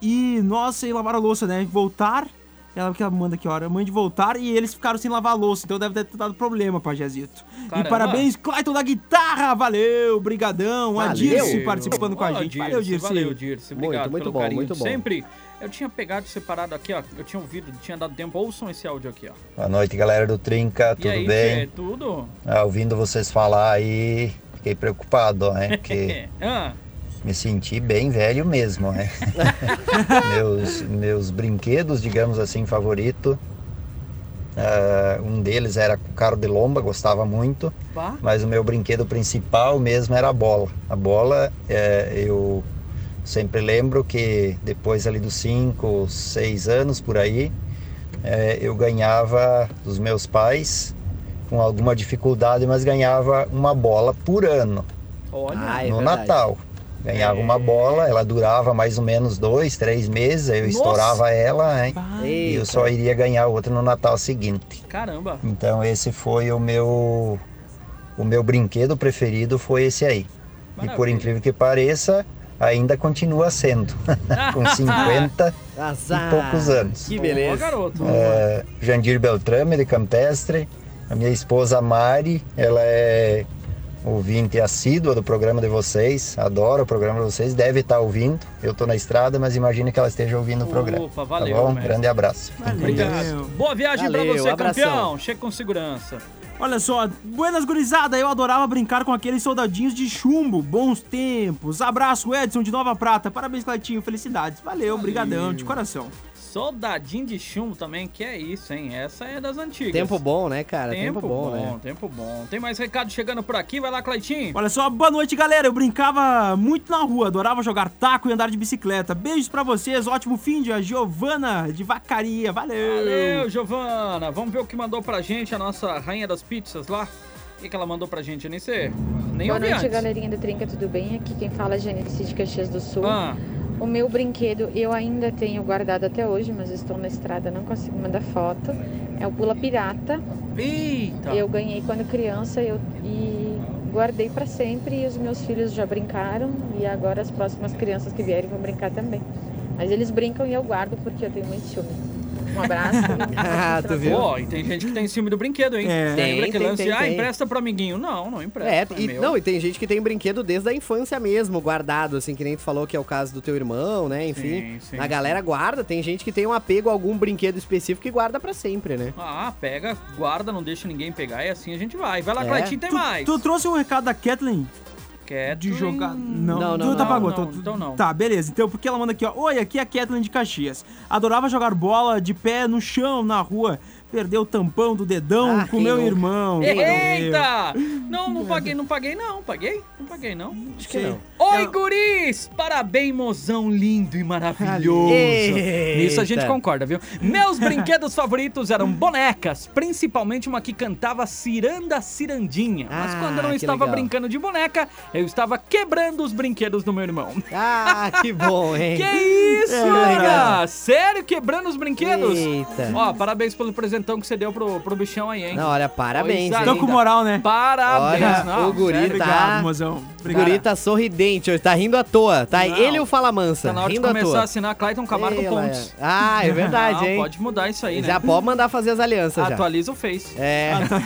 Speaker 5: e nossa, e lavar a louça, né? Voltar. Ela que ela manda que hora, mãe de voltar e eles ficaram sem lavar a louça, então deve ter dado problema, Pajazito. E
Speaker 3: Caramba.
Speaker 5: parabéns, Clayton da guitarra, valeu, brigadão, a
Speaker 4: Valeu.
Speaker 5: Dirce participando com a
Speaker 3: Olha,
Speaker 5: gente, valeu Dirce.
Speaker 3: Valeu, Dirce.
Speaker 4: Muito,
Speaker 3: Obrigado
Speaker 4: muito
Speaker 3: pelo
Speaker 4: bom,
Speaker 3: carinho
Speaker 4: muito
Speaker 3: de
Speaker 4: bom.
Speaker 3: sempre. Eu tinha pegado separado aqui, ó. Eu tinha ouvido, tinha dado tempo. Ouçam esse áudio aqui, ó.
Speaker 8: Boa noite, galera do Trinca,
Speaker 3: E
Speaker 8: Tá tudo
Speaker 3: aí,
Speaker 8: bem?
Speaker 3: Tchê, tudo?
Speaker 8: Ah, ouvindo vocês falar aí, fiquei preocupado, ó, né? Porque
Speaker 3: É. Ah,
Speaker 8: me senti bem velho mesmo, né? meus, meus brinquedos, digamos assim, favorito. ah, um deles era o carro de lomba, gostava muito,
Speaker 3: pá.
Speaker 8: mas o meu brinquedo principal mesmo era a bola. A bola, eh, eu sempre lembro que depois ali dos 5, 6 anos por aí, eh, eu ganhava dos meus pais com alguma dificuldade, mas ganhava uma bola por ano
Speaker 3: Olha.
Speaker 4: Ah, é
Speaker 8: no
Speaker 4: verdade. É.
Speaker 8: Natal. Ganhava uma bola, ela durava mais ou menos dois, três meses, aí eu
Speaker 3: Nossa!
Speaker 8: estourava ela, né? E eu
Speaker 4: Eita.
Speaker 8: só iria ganhar outra no Natal seguinte.
Speaker 3: Caramba.
Speaker 8: Então esse foi o meu o meu brinquedo preferido foi esse aí. E por
Speaker 3: Maravilha.
Speaker 8: incrível que pareça, ainda continua sendo com 50
Speaker 4: Azar.
Speaker 8: e poucos anos.
Speaker 4: Que
Speaker 3: Ó,
Speaker 4: beleza.
Speaker 3: garoto.
Speaker 8: É, Jandir Beltrame de Campestre, a minha esposa Mari, ela é ouvinte assídua do programa de vocês, adora o programa de vocês, deve estar ouvindo. Eu estou na estrada, mas imagino que ela esteja ouvindo o programa.
Speaker 3: Opa, valeu,
Speaker 8: tá bom?
Speaker 3: mestre.
Speaker 8: Grande abraço. Fiquem com
Speaker 5: Valeu.
Speaker 8: Deus.
Speaker 3: Boa viagem
Speaker 4: Valeu,
Speaker 3: pra você,
Speaker 4: abração.
Speaker 3: campeão. Chega com segurança.
Speaker 5: Olha só, buenas gurizada, eu adorava brincar com aqueles soldadinhos de chumbo, bons tempos. Abraço, Edson de Nova Prata, parabéns, Clatinho, felicidades. Valeu, brigadão, de coração.
Speaker 3: Soldadinho de chumbo também, que é isso, hein? Essa é das antigas.
Speaker 4: Tempo bom, né, cara?
Speaker 3: Tempo,
Speaker 4: Tempo, bom, né?
Speaker 3: tempo bom. Tem mais recado chegando por aqui, vai lá, Claitinho.
Speaker 5: Olha só, boa noite, galera, eu brincava muito na rua, adorava jogar taco e andar de bicicleta. Beijos pra vocês, ótimo fim de a Giovana de Vacaria, valeu.
Speaker 3: Valeu, Giovana. Vamos ver o que mandou pra gente a nossa rainha das pizzas lá. O que, que ela mandou pra gente? Eu nem sei. Nem
Speaker 9: Boa
Speaker 3: ouvi
Speaker 9: noite,
Speaker 3: antes.
Speaker 9: galerinha do Trinca, tudo bem? Aqui quem fala é Janice de Caxias do Sul.
Speaker 3: Ah,
Speaker 9: O meu brinquedo eu ainda tenho guardado até hoje, mas estou na estrada, não consigo mandar foto. É o Pula Pirata.
Speaker 3: eita.
Speaker 9: Eu ganhei quando criança eu, e guardei para sempre e os meus filhos já brincaram e agora as próximas crianças que vierem vão brincar também. Mas eles brincam e eu guardo porque eu tenho muito ciúme. Um abraço.
Speaker 4: Ah, tu viu?
Speaker 3: Pô, e tem gente que tem ciúme do brinquedo, hein?
Speaker 5: É.
Speaker 3: Lembra
Speaker 4: Tem,
Speaker 3: que
Speaker 4: tem,
Speaker 3: lance,
Speaker 4: tem,
Speaker 3: ah,
Speaker 4: tem.
Speaker 3: empresta pro amiguinho. Não, não empresta.
Speaker 4: É, e,
Speaker 3: meu.
Speaker 4: não, e tem gente que tem brinquedo desde a infância mesmo, guardado, assim, que nem tu falou que é o caso do teu irmão, né? Enfim,
Speaker 3: Sim, sim,
Speaker 4: a galera guarda, tem gente que tem um apego a algum brinquedo específico e guarda pra sempre, né?
Speaker 3: Ah, pega, guarda, não deixa ninguém pegar e assim a gente vai. Vai lá,
Speaker 4: É.
Speaker 3: Claitinho, tem
Speaker 5: Tu,
Speaker 3: mais.
Speaker 5: tu trouxe um recado da Kathleen
Speaker 3: Quer
Speaker 5: de jogar. Hum. Não,
Speaker 4: Não, não,
Speaker 5: tu
Speaker 4: não,
Speaker 5: apagou.
Speaker 3: não,
Speaker 5: tu- tu-
Speaker 3: então não.
Speaker 5: Tá, beleza. Então, porque ela manda aqui, ó. Oi, aqui é a Kathleen de Caxias. Adorava jogar bola de pé no chão, na rua. Perdeu o tampão do dedão
Speaker 4: Ah,
Speaker 5: com
Speaker 4: quem
Speaker 5: meu
Speaker 4: nunca?
Speaker 5: irmão. Meu
Speaker 3: Eita! Não, não paguei, não paguei não. Paguei? Não paguei não.
Speaker 4: Acho
Speaker 5: que não.
Speaker 3: Oi,
Speaker 5: Eu-
Speaker 3: guris! Parabéns, mozão lindo e maravilhoso.
Speaker 4: Eita.
Speaker 3: Nisso a gente concorda, viu? Meus brinquedos favoritos eram bonecas, principalmente uma que cantava Ciranda Cirandinha. Mas
Speaker 4: Ah,
Speaker 3: quando eu não
Speaker 4: que
Speaker 3: estava
Speaker 4: legal.
Speaker 3: brincando de boneca, eu estava quebrando os brinquedos do meu irmão.
Speaker 4: Ah, que bom, hein?
Speaker 3: Que isso,
Speaker 4: É,
Speaker 3: cara?
Speaker 4: legal.
Speaker 3: Sério, quebrando os brinquedos?
Speaker 4: Eita.
Speaker 3: Ó, parabéns pelo presentão que você deu pro, pro bichão aí, hein?
Speaker 4: Não, olha, parabéns,
Speaker 3: Pois é.
Speaker 4: hein?
Speaker 5: Tô com moral, né?
Speaker 3: Parabéns,
Speaker 4: Olha,
Speaker 3: não,
Speaker 4: o guri
Speaker 3: sério.
Speaker 5: Obrigado,
Speaker 4: tá...
Speaker 5: mozão.
Speaker 4: O
Speaker 5: Obrigado.
Speaker 4: guri tá sorridente hoje, tá rindo à toa. Tá
Speaker 3: Não.
Speaker 4: ele e o Fala Mansa,
Speaker 3: Tá na hora de
Speaker 4: rindo à
Speaker 3: começar a
Speaker 4: toa.
Speaker 3: assinar Clayton Camargo
Speaker 4: Ei,
Speaker 3: Pontes.
Speaker 4: Laia. Ah, é verdade,
Speaker 3: Não,
Speaker 4: hein?
Speaker 3: Pode mudar isso aí,
Speaker 4: Já
Speaker 3: né? Ah,
Speaker 4: pode mandar fazer as alianças já.
Speaker 3: Atualiza o Face.
Speaker 4: É.
Speaker 3: tá.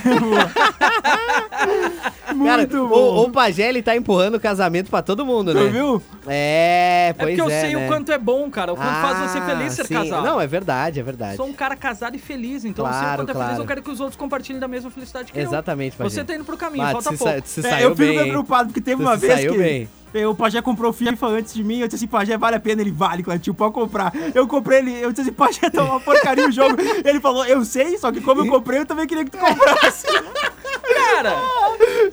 Speaker 4: Cara,
Speaker 5: Muito
Speaker 4: o,
Speaker 5: bom.
Speaker 4: o Pajé, ele tá empurrando o casamento pra todo mundo, né?
Speaker 5: Tu viu?
Speaker 4: É,
Speaker 3: É
Speaker 4: pois
Speaker 3: porque eu sei
Speaker 4: né? Ah,
Speaker 3: o quanto é bom, cara. O quanto faz você feliz ser
Speaker 4: sim.
Speaker 3: casado.
Speaker 4: Não, é verdade, é verdade.
Speaker 3: Sou um cara casado e feliz, então eu sei o
Speaker 4: Claro,
Speaker 3: quanto é feliz.
Speaker 4: claro.
Speaker 3: Eu quero que os outros compartilhem da mesma felicidade que
Speaker 4: Exatamente,
Speaker 3: eu.
Speaker 4: Pajé.
Speaker 3: Você tá indo pro caminho,
Speaker 4: Ah, tu
Speaker 3: falta
Speaker 4: se
Speaker 3: pouco.
Speaker 4: sa- tu se
Speaker 5: É,
Speaker 4: saiu
Speaker 5: eu fico
Speaker 4: bem,
Speaker 5: bem
Speaker 4: hein?
Speaker 5: preocupado porque teve
Speaker 4: Tu
Speaker 5: uma
Speaker 4: se
Speaker 5: vez
Speaker 4: saiu
Speaker 5: que
Speaker 4: bem.
Speaker 5: eu- o Pajé comprou FIFA antes de mim. Eu disse assim, Pajé, vale a pena? Ele vale, Clatinho, pode comprar. Eu comprei ele, eu disse assim, Pajé, tá uma porcaria o jogo. Ele falou, eu sei, só que como eu comprei, eu também queria que tu comprasse.
Speaker 3: Cara,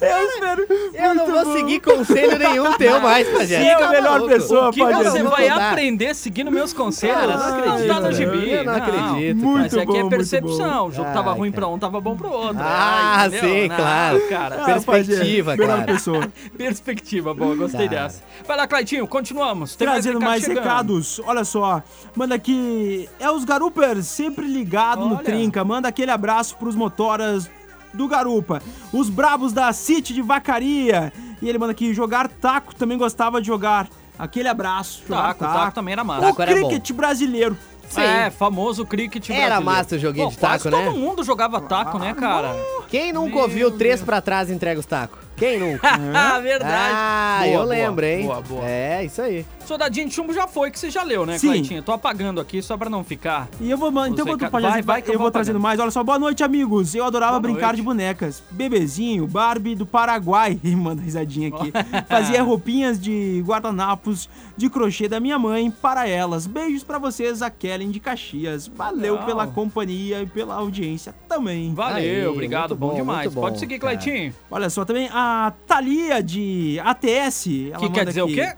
Speaker 5: Eu espero.
Speaker 4: Eu não
Speaker 5: Muito
Speaker 4: vou
Speaker 5: bom.
Speaker 4: melhor conselho nenhum teu mais, Pajé.
Speaker 5: Você é
Speaker 4: Tá
Speaker 5: a melhor
Speaker 4: maluco.
Speaker 5: pessoa,
Speaker 3: que
Speaker 5: Pajé.
Speaker 3: você
Speaker 4: não
Speaker 3: vai
Speaker 4: vou dar.
Speaker 3: aprender seguindo meus conselhos?
Speaker 4: Cara, eu
Speaker 3: Não,
Speaker 4: não
Speaker 3: não
Speaker 4: acredito,
Speaker 3: dá no
Speaker 4: velho.
Speaker 3: gibi.
Speaker 4: Eu não acredito,
Speaker 5: cara.
Speaker 3: Mas aqui
Speaker 5: Muito
Speaker 3: é
Speaker 5: bom,
Speaker 3: percepção. O jogo tava
Speaker 4: Ai,
Speaker 3: ruim pra
Speaker 4: cara.
Speaker 3: um, tava bom pro outro.
Speaker 4: Ah,
Speaker 3: Ai, entendeu?
Speaker 4: sim,
Speaker 3: Não,
Speaker 4: claro.
Speaker 3: Cara,
Speaker 5: Ah, Pajé,
Speaker 4: Perspectiva,
Speaker 5: melhor
Speaker 4: claro.
Speaker 5: pessoa.
Speaker 3: Perspectiva, boa, gostei
Speaker 4: Tá.
Speaker 3: dessa. Vai lá, Claitinho, continuamos. Tem
Speaker 5: Trazendo mais
Speaker 3: chegando.
Speaker 5: recados, olha só. Manda aqui. É os Garupers, sempre ligado no
Speaker 3: Olha.
Speaker 5: Trinca. Manda aquele abraço pros motoras do Garupa. Os Brabos da City de Vacaria. E ele manda aqui jogar taco, também gostava de jogar. Aquele abraço. jogar
Speaker 4: Ah,
Speaker 3: Taco, Tá,
Speaker 4: tá.
Speaker 3: taco também era massa.
Speaker 5: O
Speaker 4: Taco era bom.
Speaker 5: cricket brasileiro.
Speaker 4: Sim.
Speaker 3: É, famoso cricket
Speaker 4: Era
Speaker 3: brasileiro.
Speaker 4: massa o joguinho
Speaker 3: Bom,
Speaker 4: de taco,
Speaker 3: quase
Speaker 4: né?
Speaker 3: todo mundo jogava taco, né, cara?
Speaker 4: Quem nunca ouviu três pra trás entrega os tacos? Quem nunca?
Speaker 3: Ah, verdade.
Speaker 4: Ah,
Speaker 3: Boa,
Speaker 4: eu
Speaker 3: boa,
Speaker 4: lembro, hein?
Speaker 3: Boa, boa.
Speaker 4: É, isso aí.
Speaker 3: Soldadinho de chumbo já foi, que você já leu, né,
Speaker 5: Sim.
Speaker 3: Claitinho? Tô apagando aqui só pra não ficar.
Speaker 5: E eu vou, mano, então
Speaker 3: Os
Speaker 5: enquanto o
Speaker 3: recados-
Speaker 5: Pajé
Speaker 3: vai,
Speaker 5: vai,
Speaker 3: vai que eu
Speaker 5: eu,
Speaker 3: vou
Speaker 5: vou trazendo
Speaker 3: apagando.
Speaker 5: mais. Olha só, boa noite, amigos. Eu adorava
Speaker 3: Boa
Speaker 5: brincar
Speaker 3: noite.
Speaker 5: de bonecas. Bebezinho, Barbie do Paraguai. E manda risadinha aqui. Fazia roupinhas de guardanapos de crochê da minha mãe para elas. Beijos pra vocês, a Kellen de Caxias. Valeu
Speaker 3: Legal.
Speaker 5: pela companhia e pela audiência também.
Speaker 3: Valeu,
Speaker 4: Aí,
Speaker 3: obrigado,
Speaker 4: muito
Speaker 3: bom,
Speaker 4: bom,
Speaker 3: demais.
Speaker 4: muito bom,
Speaker 3: Pode seguir,
Speaker 4: cara.
Speaker 3: Claitinho.
Speaker 5: Olha só, também a Thalia de ATS. Ela
Speaker 3: Que
Speaker 5: manda
Speaker 3: quer dizer
Speaker 5: aqui.
Speaker 3: o quê?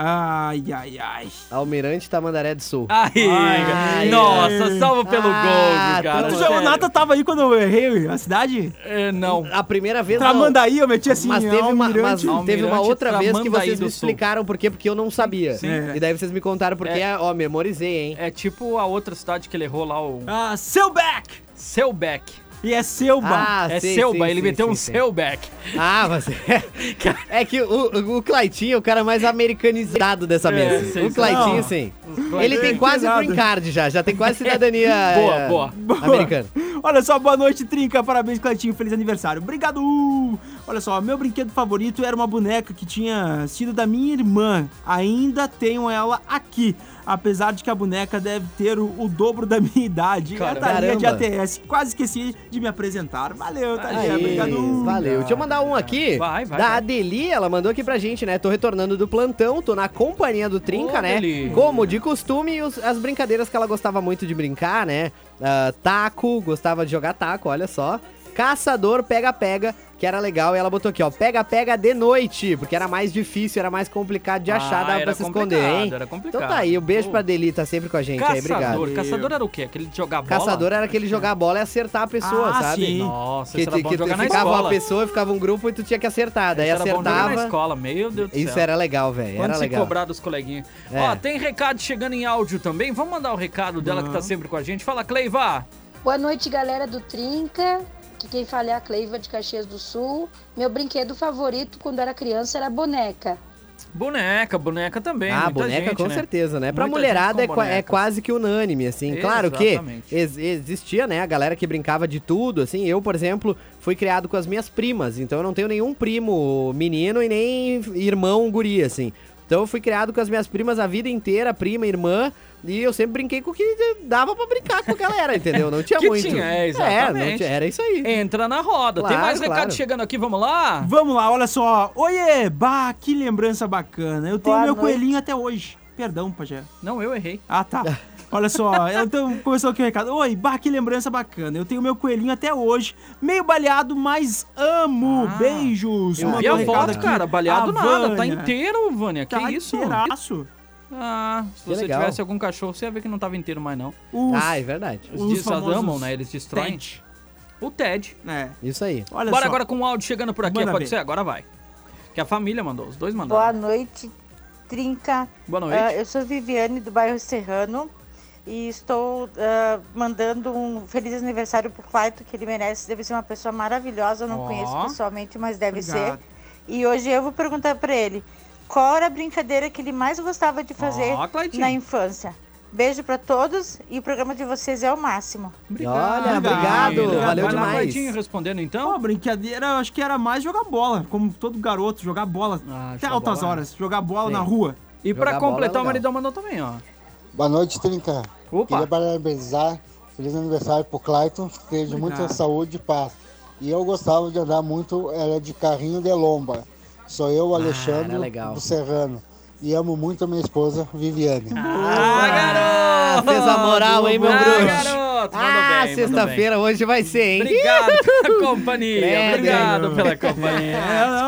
Speaker 5: Ai, ai, ai.
Speaker 4: Almirante Tamandaré do Sul.
Speaker 3: Aí,
Speaker 5: Ai,
Speaker 3: nossa,
Speaker 5: ai.
Speaker 3: salvo pelo
Speaker 4: Ah,
Speaker 3: gol, cara.
Speaker 4: tudo
Speaker 5: Tu
Speaker 4: Ô,
Speaker 5: já, o
Speaker 3: sério.
Speaker 5: Nata tava aí quando eu errei a cidade?
Speaker 3: É, não.
Speaker 4: A primeira vez... não.
Speaker 5: Tramandaí, eu meti assim,
Speaker 4: mas teve uma,
Speaker 5: Almirante.
Speaker 4: mas teve uma
Speaker 3: Almirante
Speaker 4: outra vez que
Speaker 3: Tramandaí
Speaker 4: vocês
Speaker 3: do
Speaker 4: me
Speaker 3: Sul.
Speaker 4: explicaram por quê, porque eu não sabia.
Speaker 3: Sim.
Speaker 4: E daí vocês me contaram por quê, ó, memorizei, hein?
Speaker 3: É tipo a outra cidade que ele errou lá, o
Speaker 5: Ah, Selback!
Speaker 3: Selbeck.
Speaker 5: E é Selba.
Speaker 4: Ah,
Speaker 3: é
Speaker 4: sei,
Speaker 3: Selba,
Speaker 4: sim,
Speaker 3: ele
Speaker 4: sim,
Speaker 3: meteu
Speaker 4: sim,
Speaker 3: um
Speaker 4: sim.
Speaker 3: Selbeck.
Speaker 4: Ah, mas é, que o, o Claitinho é o cara mais americanizado dessa mesa.
Speaker 3: É, sim,
Speaker 4: o
Speaker 3: sim.
Speaker 4: Claitinho,
Speaker 5: Não.
Speaker 4: sim.
Speaker 3: Claitinho
Speaker 4: Ele tem quase
Speaker 5: pesado.
Speaker 4: green card já, já tem quase cidadania
Speaker 3: Boa,
Speaker 4: eh,
Speaker 3: boa.
Speaker 4: americana.
Speaker 5: Olha só, boa noite, Trinca. Parabéns, Cleitinho. Feliz aniversário. Obrigado! Olha só, meu brinquedo favorito era uma boneca que tinha sido da minha irmã. Ainda tenho ela aqui. Apesar de que a boneca deve ter o, o dobro da minha idade.
Speaker 3: Cara,
Speaker 5: é a Thalia de
Speaker 4: caramba.
Speaker 5: ATS. Quase esqueci de me apresentar. Valeu, Thalia.
Speaker 4: Aí,
Speaker 5: Obrigado.
Speaker 4: valeu. Deixa eu mandar um aqui.
Speaker 3: Vai, vai,
Speaker 4: Da
Speaker 3: vai.
Speaker 4: Adeli, ela mandou aqui pra gente, né? Tô retornando do plantão, tô na companhia do Trinca,
Speaker 3: Ô,
Speaker 4: né?
Speaker 3: Adeli.
Speaker 4: Como de costume, os- as brincadeiras que ela gostava muito de brincar, né? Ah, taco, gostava de jogar taco, olha só. Caçador, pega-pega, que era legal. E ela botou aqui, ó, pega-pega de noite, porque era mais difícil, era mais complicado de achar,
Speaker 3: Ah,
Speaker 4: dava
Speaker 3: era
Speaker 4: pra se esconder,
Speaker 3: complicado,
Speaker 4: hein?
Speaker 3: era complicado.
Speaker 4: Então tá aí, um beijo
Speaker 3: Pô.
Speaker 4: pra Adeli, tá sempre com a gente aí,
Speaker 3: Caçador.
Speaker 4: obrigado.
Speaker 3: Caçador era o quê? Aquele de jogar bola?
Speaker 4: Caçador era aquele jogar a bola e acertar a pessoa,
Speaker 5: Ah,
Speaker 4: sabe?
Speaker 5: sim.
Speaker 3: Nossa,
Speaker 4: Que,
Speaker 3: isso era
Speaker 4: que,
Speaker 3: bom
Speaker 4: que
Speaker 3: jogar na
Speaker 4: ficava
Speaker 3: escola.
Speaker 4: uma pessoa e ficava um grupo e tu tinha que acertar. Daí
Speaker 3: Isso era bom jogar na
Speaker 4: acertava.
Speaker 3: escola, meu Deus do céu.
Speaker 4: Isso era legal, velho.
Speaker 3: Quando
Speaker 4: Era
Speaker 3: se
Speaker 4: legal.
Speaker 3: cobrar dos coleguinhas.
Speaker 4: É.
Speaker 3: Ó, tem recado chegando em áudio também. Vamos mandar o recado dela que tá sempre com a gente. Fala, Cleiva.
Speaker 10: Boa noite, galera do Trinca. Aqui quem fala é a Cleiva de Caxias do Sul. Meu brinquedo favorito quando era criança era boneca.
Speaker 3: Boneca, boneca também.
Speaker 4: Ah,
Speaker 3: muita
Speaker 4: boneca
Speaker 3: gente,
Speaker 4: com
Speaker 3: né?
Speaker 4: certeza, né? Pra
Speaker 3: Muita
Speaker 4: mulherada é,
Speaker 3: gente com
Speaker 4: qua- é
Speaker 3: boneca.
Speaker 4: quase que unânime, assim. Claro que
Speaker 3: Exatamente.
Speaker 4: ex- existia, né, a galera que brincava de tudo, assim. Eu, por exemplo, fui criado com as minhas primas, então eu não tenho nenhum primo menino e nem irmão guri, assim. Então eu fui criado com as minhas primas a vida inteira, prima, irmã, e eu sempre brinquei com o que dava pra brincar com a galera, entendeu? Não tinha
Speaker 3: Que
Speaker 4: muito.
Speaker 3: tinha, é,
Speaker 4: É, não
Speaker 3: exatamente.
Speaker 4: tinha- era isso aí.
Speaker 3: Entra na roda. Tem
Speaker 4: Claro,
Speaker 3: mais
Speaker 4: claro.
Speaker 3: recado chegando aqui, vamos lá?
Speaker 5: Vamos lá, olha só. Oiê, bah, que lembrança bacana. Eu tenho
Speaker 10: Boa
Speaker 5: meu
Speaker 10: noite.
Speaker 5: coelhinho até hoje. Perdão, pajé.
Speaker 3: Não, eu errei.
Speaker 5: Ah, tá. Olha só, então começou aqui o recado. Oi, bah, que lembrança bacana. Eu tenho meu coelhinho até hoje, meio baleado, mas amo.
Speaker 3: Ah,
Speaker 5: Beijos.
Speaker 4: eu
Speaker 5: Mandou
Speaker 3: E a
Speaker 5: um recado
Speaker 3: foto,
Speaker 5: aqui.
Speaker 3: cara, baleado
Speaker 5: A
Speaker 3: nada, tá
Speaker 5: Vânia.
Speaker 3: inteiro, Vânia. Que
Speaker 5: Tá
Speaker 3: isso?
Speaker 5: inteiraço.
Speaker 3: Ah, se
Speaker 4: Que
Speaker 3: você
Speaker 4: legal.
Speaker 3: tivesse algum cachorro, você ia ver que não tava inteiro mais, não.
Speaker 5: Os-
Speaker 4: Ah, é verdade.
Speaker 3: Os
Speaker 5: Os
Speaker 3: desarmam,
Speaker 5: famosos
Speaker 3: né? Eles destroem.
Speaker 5: Ted.
Speaker 3: O Ted.
Speaker 5: É,
Speaker 4: Isso aí.
Speaker 5: olha
Speaker 3: Bora
Speaker 5: só.
Speaker 3: agora com o áudio chegando por aqui,
Speaker 5: Manda
Speaker 3: pode
Speaker 5: ver.
Speaker 3: ser? Agora vai. Que a família mandou, os dois mandaram.
Speaker 11: Boa noite, Trinca.
Speaker 3: Boa noite.
Speaker 11: Ah, eu sou Viviane do bairro Serrano e estou ah, mandando um feliz aniversário pro Claito, que ele merece, deve ser uma pessoa maravilhosa, eu não
Speaker 5: Ó.
Speaker 11: conheço pessoalmente, mas deve ser.
Speaker 5: Obrigado.
Speaker 11: E hoje eu vou perguntar para ele qual era a brincadeira que ele mais gostava de fazer
Speaker 3: Ó, Claudinho.
Speaker 11: na infância. Beijo para todos e o programa de vocês é o máximo.
Speaker 4: Olha, obrigado,
Speaker 5: obrigado.
Speaker 4: valeu
Speaker 3: Vai Lá,
Speaker 4: demais.
Speaker 3: Claudinho, respondendo então.
Speaker 5: Pô, brincadeira, eu acho que era mais jogar bola, como todo garoto, jogar bola
Speaker 3: Ah,
Speaker 5: até
Speaker 3: jogar
Speaker 5: altas
Speaker 3: bola.
Speaker 5: horas, jogar bola
Speaker 4: Sim.
Speaker 5: na rua.
Speaker 3: E
Speaker 4: Jogar
Speaker 3: pra
Speaker 4: bola é
Speaker 3: completar,
Speaker 4: legal.
Speaker 3: o maridão mandou também, ó.
Speaker 12: Boa noite, Trinca.
Speaker 3: Opa,
Speaker 12: Queria parabenizar, Ah, feliz aniversário pro Clayton, que seja
Speaker 5: Obrigado.
Speaker 12: muita saúde e paz. E eu gostava de andar muito, era de carrinho de lomba. Sou eu, Alexandre,
Speaker 4: era legal.
Speaker 12: do Serrano. E amo muito a minha esposa, Viviane.
Speaker 3: Ah, garoto!
Speaker 4: fez a moral, hein, meu
Speaker 3: ah,
Speaker 4: bruxo?
Speaker 3: garoto! Mandou bem,
Speaker 4: Ah,
Speaker 3: mandou
Speaker 4: sexta-feira hoje vai ser,
Speaker 3: bem.
Speaker 4: hein?
Speaker 3: Obrigado pela companhia,
Speaker 4: Credo,
Speaker 3: obrigado
Speaker 5: hein,
Speaker 3: pela companhia.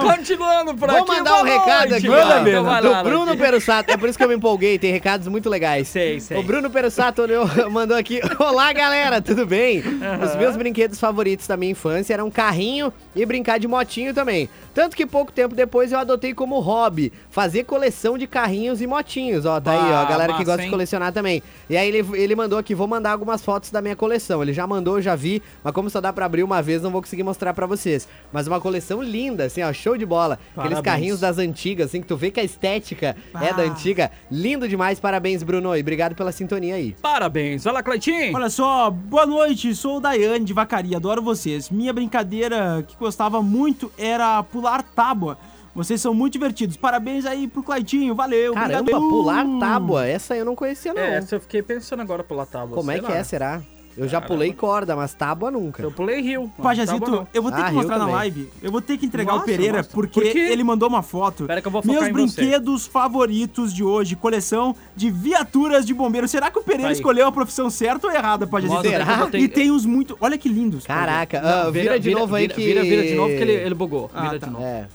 Speaker 3: Continuando por
Speaker 4: Vamos
Speaker 3: aqui,
Speaker 4: mandar
Speaker 3: boa
Speaker 4: um recado
Speaker 3: noite.
Speaker 4: aqui,
Speaker 3: Manda
Speaker 4: ó,
Speaker 3: ver, vai lá,
Speaker 4: do Bruno
Speaker 3: Ladinho.
Speaker 4: Perussato. É por isso que eu me empolguei, tem recados muito legais.
Speaker 3: Sei, sei.
Speaker 4: O Bruno Perussato olhou- mandou aqui: Olá, galera, tudo bem? Os meus brinquedos favoritos da minha infância eram carrinho e brincar de motinho também. Tanto que pouco tempo depois eu adotei como hobby fazer coleção de carrinhos e motinhos. Ó, tá aí, ó, a
Speaker 3: Bah,
Speaker 4: galera
Speaker 3: Ah, massa,
Speaker 4: que gosta
Speaker 3: hein?
Speaker 4: de colecionar também. E aí ele, ele mandou aqui: Vou mandar algumas fotos da minha coleção. Ele já mandou, eu já vi, mas como só dá pra abrir uma vez, não vou conseguir mostrar pra vocês. Mas uma coleção linda, assim, ó, show de bola. Aqueles
Speaker 5: Parabéns.
Speaker 4: carrinhos das antigas, assim, que tu vê que a estética é da
Speaker 5: Ah.
Speaker 4: antiga. Lindo demais, parabéns, Bruno. E obrigado pela sintonia aí.
Speaker 3: Parabéns, vai lá, Cleitinho.
Speaker 5: Olha só, boa noite, sou o Daiane de Vacaria, adoro vocês. Minha brincadeira que gostava muito era pular tábua. Vocês são muito divertidos. Parabéns aí pro Claitinho, valeu.
Speaker 4: Caramba,
Speaker 5: obrigado.
Speaker 4: pular
Speaker 3: um- tá-
Speaker 4: tábua. Essa eu não conhecia, não.
Speaker 3: É, essa eu fiquei pensando agora pela tábua.
Speaker 4: Como é
Speaker 3: sei
Speaker 4: que
Speaker 3: lá.
Speaker 4: é, será? Eu já
Speaker 3: Caramba.
Speaker 4: pulei corda, mas tábua nunca.
Speaker 3: Eu pulei rio. tá
Speaker 5: Pô, Pajazito,
Speaker 3: Tábua não.
Speaker 5: eu vou ter
Speaker 4: Ah,
Speaker 5: que
Speaker 4: eu
Speaker 5: mostrar na
Speaker 4: também.
Speaker 5: live. Eu vou ter que entregar o
Speaker 3: Mostra,
Speaker 5: Pereira,
Speaker 3: mostra.
Speaker 5: Porque,
Speaker 3: Porque-
Speaker 5: ele mandou uma foto.
Speaker 3: Espera que eu vou focar
Speaker 5: Meus
Speaker 3: em
Speaker 5: brinquedos favoritos de hoje, coleção de viaturas de bombeiro. Será que o Pereira
Speaker 3: Tá Aí.
Speaker 5: escolheu a profissão certa ou errada, Pajazito?
Speaker 4: Mostra, Será?
Speaker 5: E tem uns muito... Olha que lindos.
Speaker 4: Caraca,
Speaker 3: Não,
Speaker 4: ah, vira, de novo aí
Speaker 3: vira,
Speaker 4: que.
Speaker 3: Vira, vira de novo que ele, ele bugou.
Speaker 5: Ah,
Speaker 3: vira
Speaker 5: tá.
Speaker 3: de novo.
Speaker 4: É,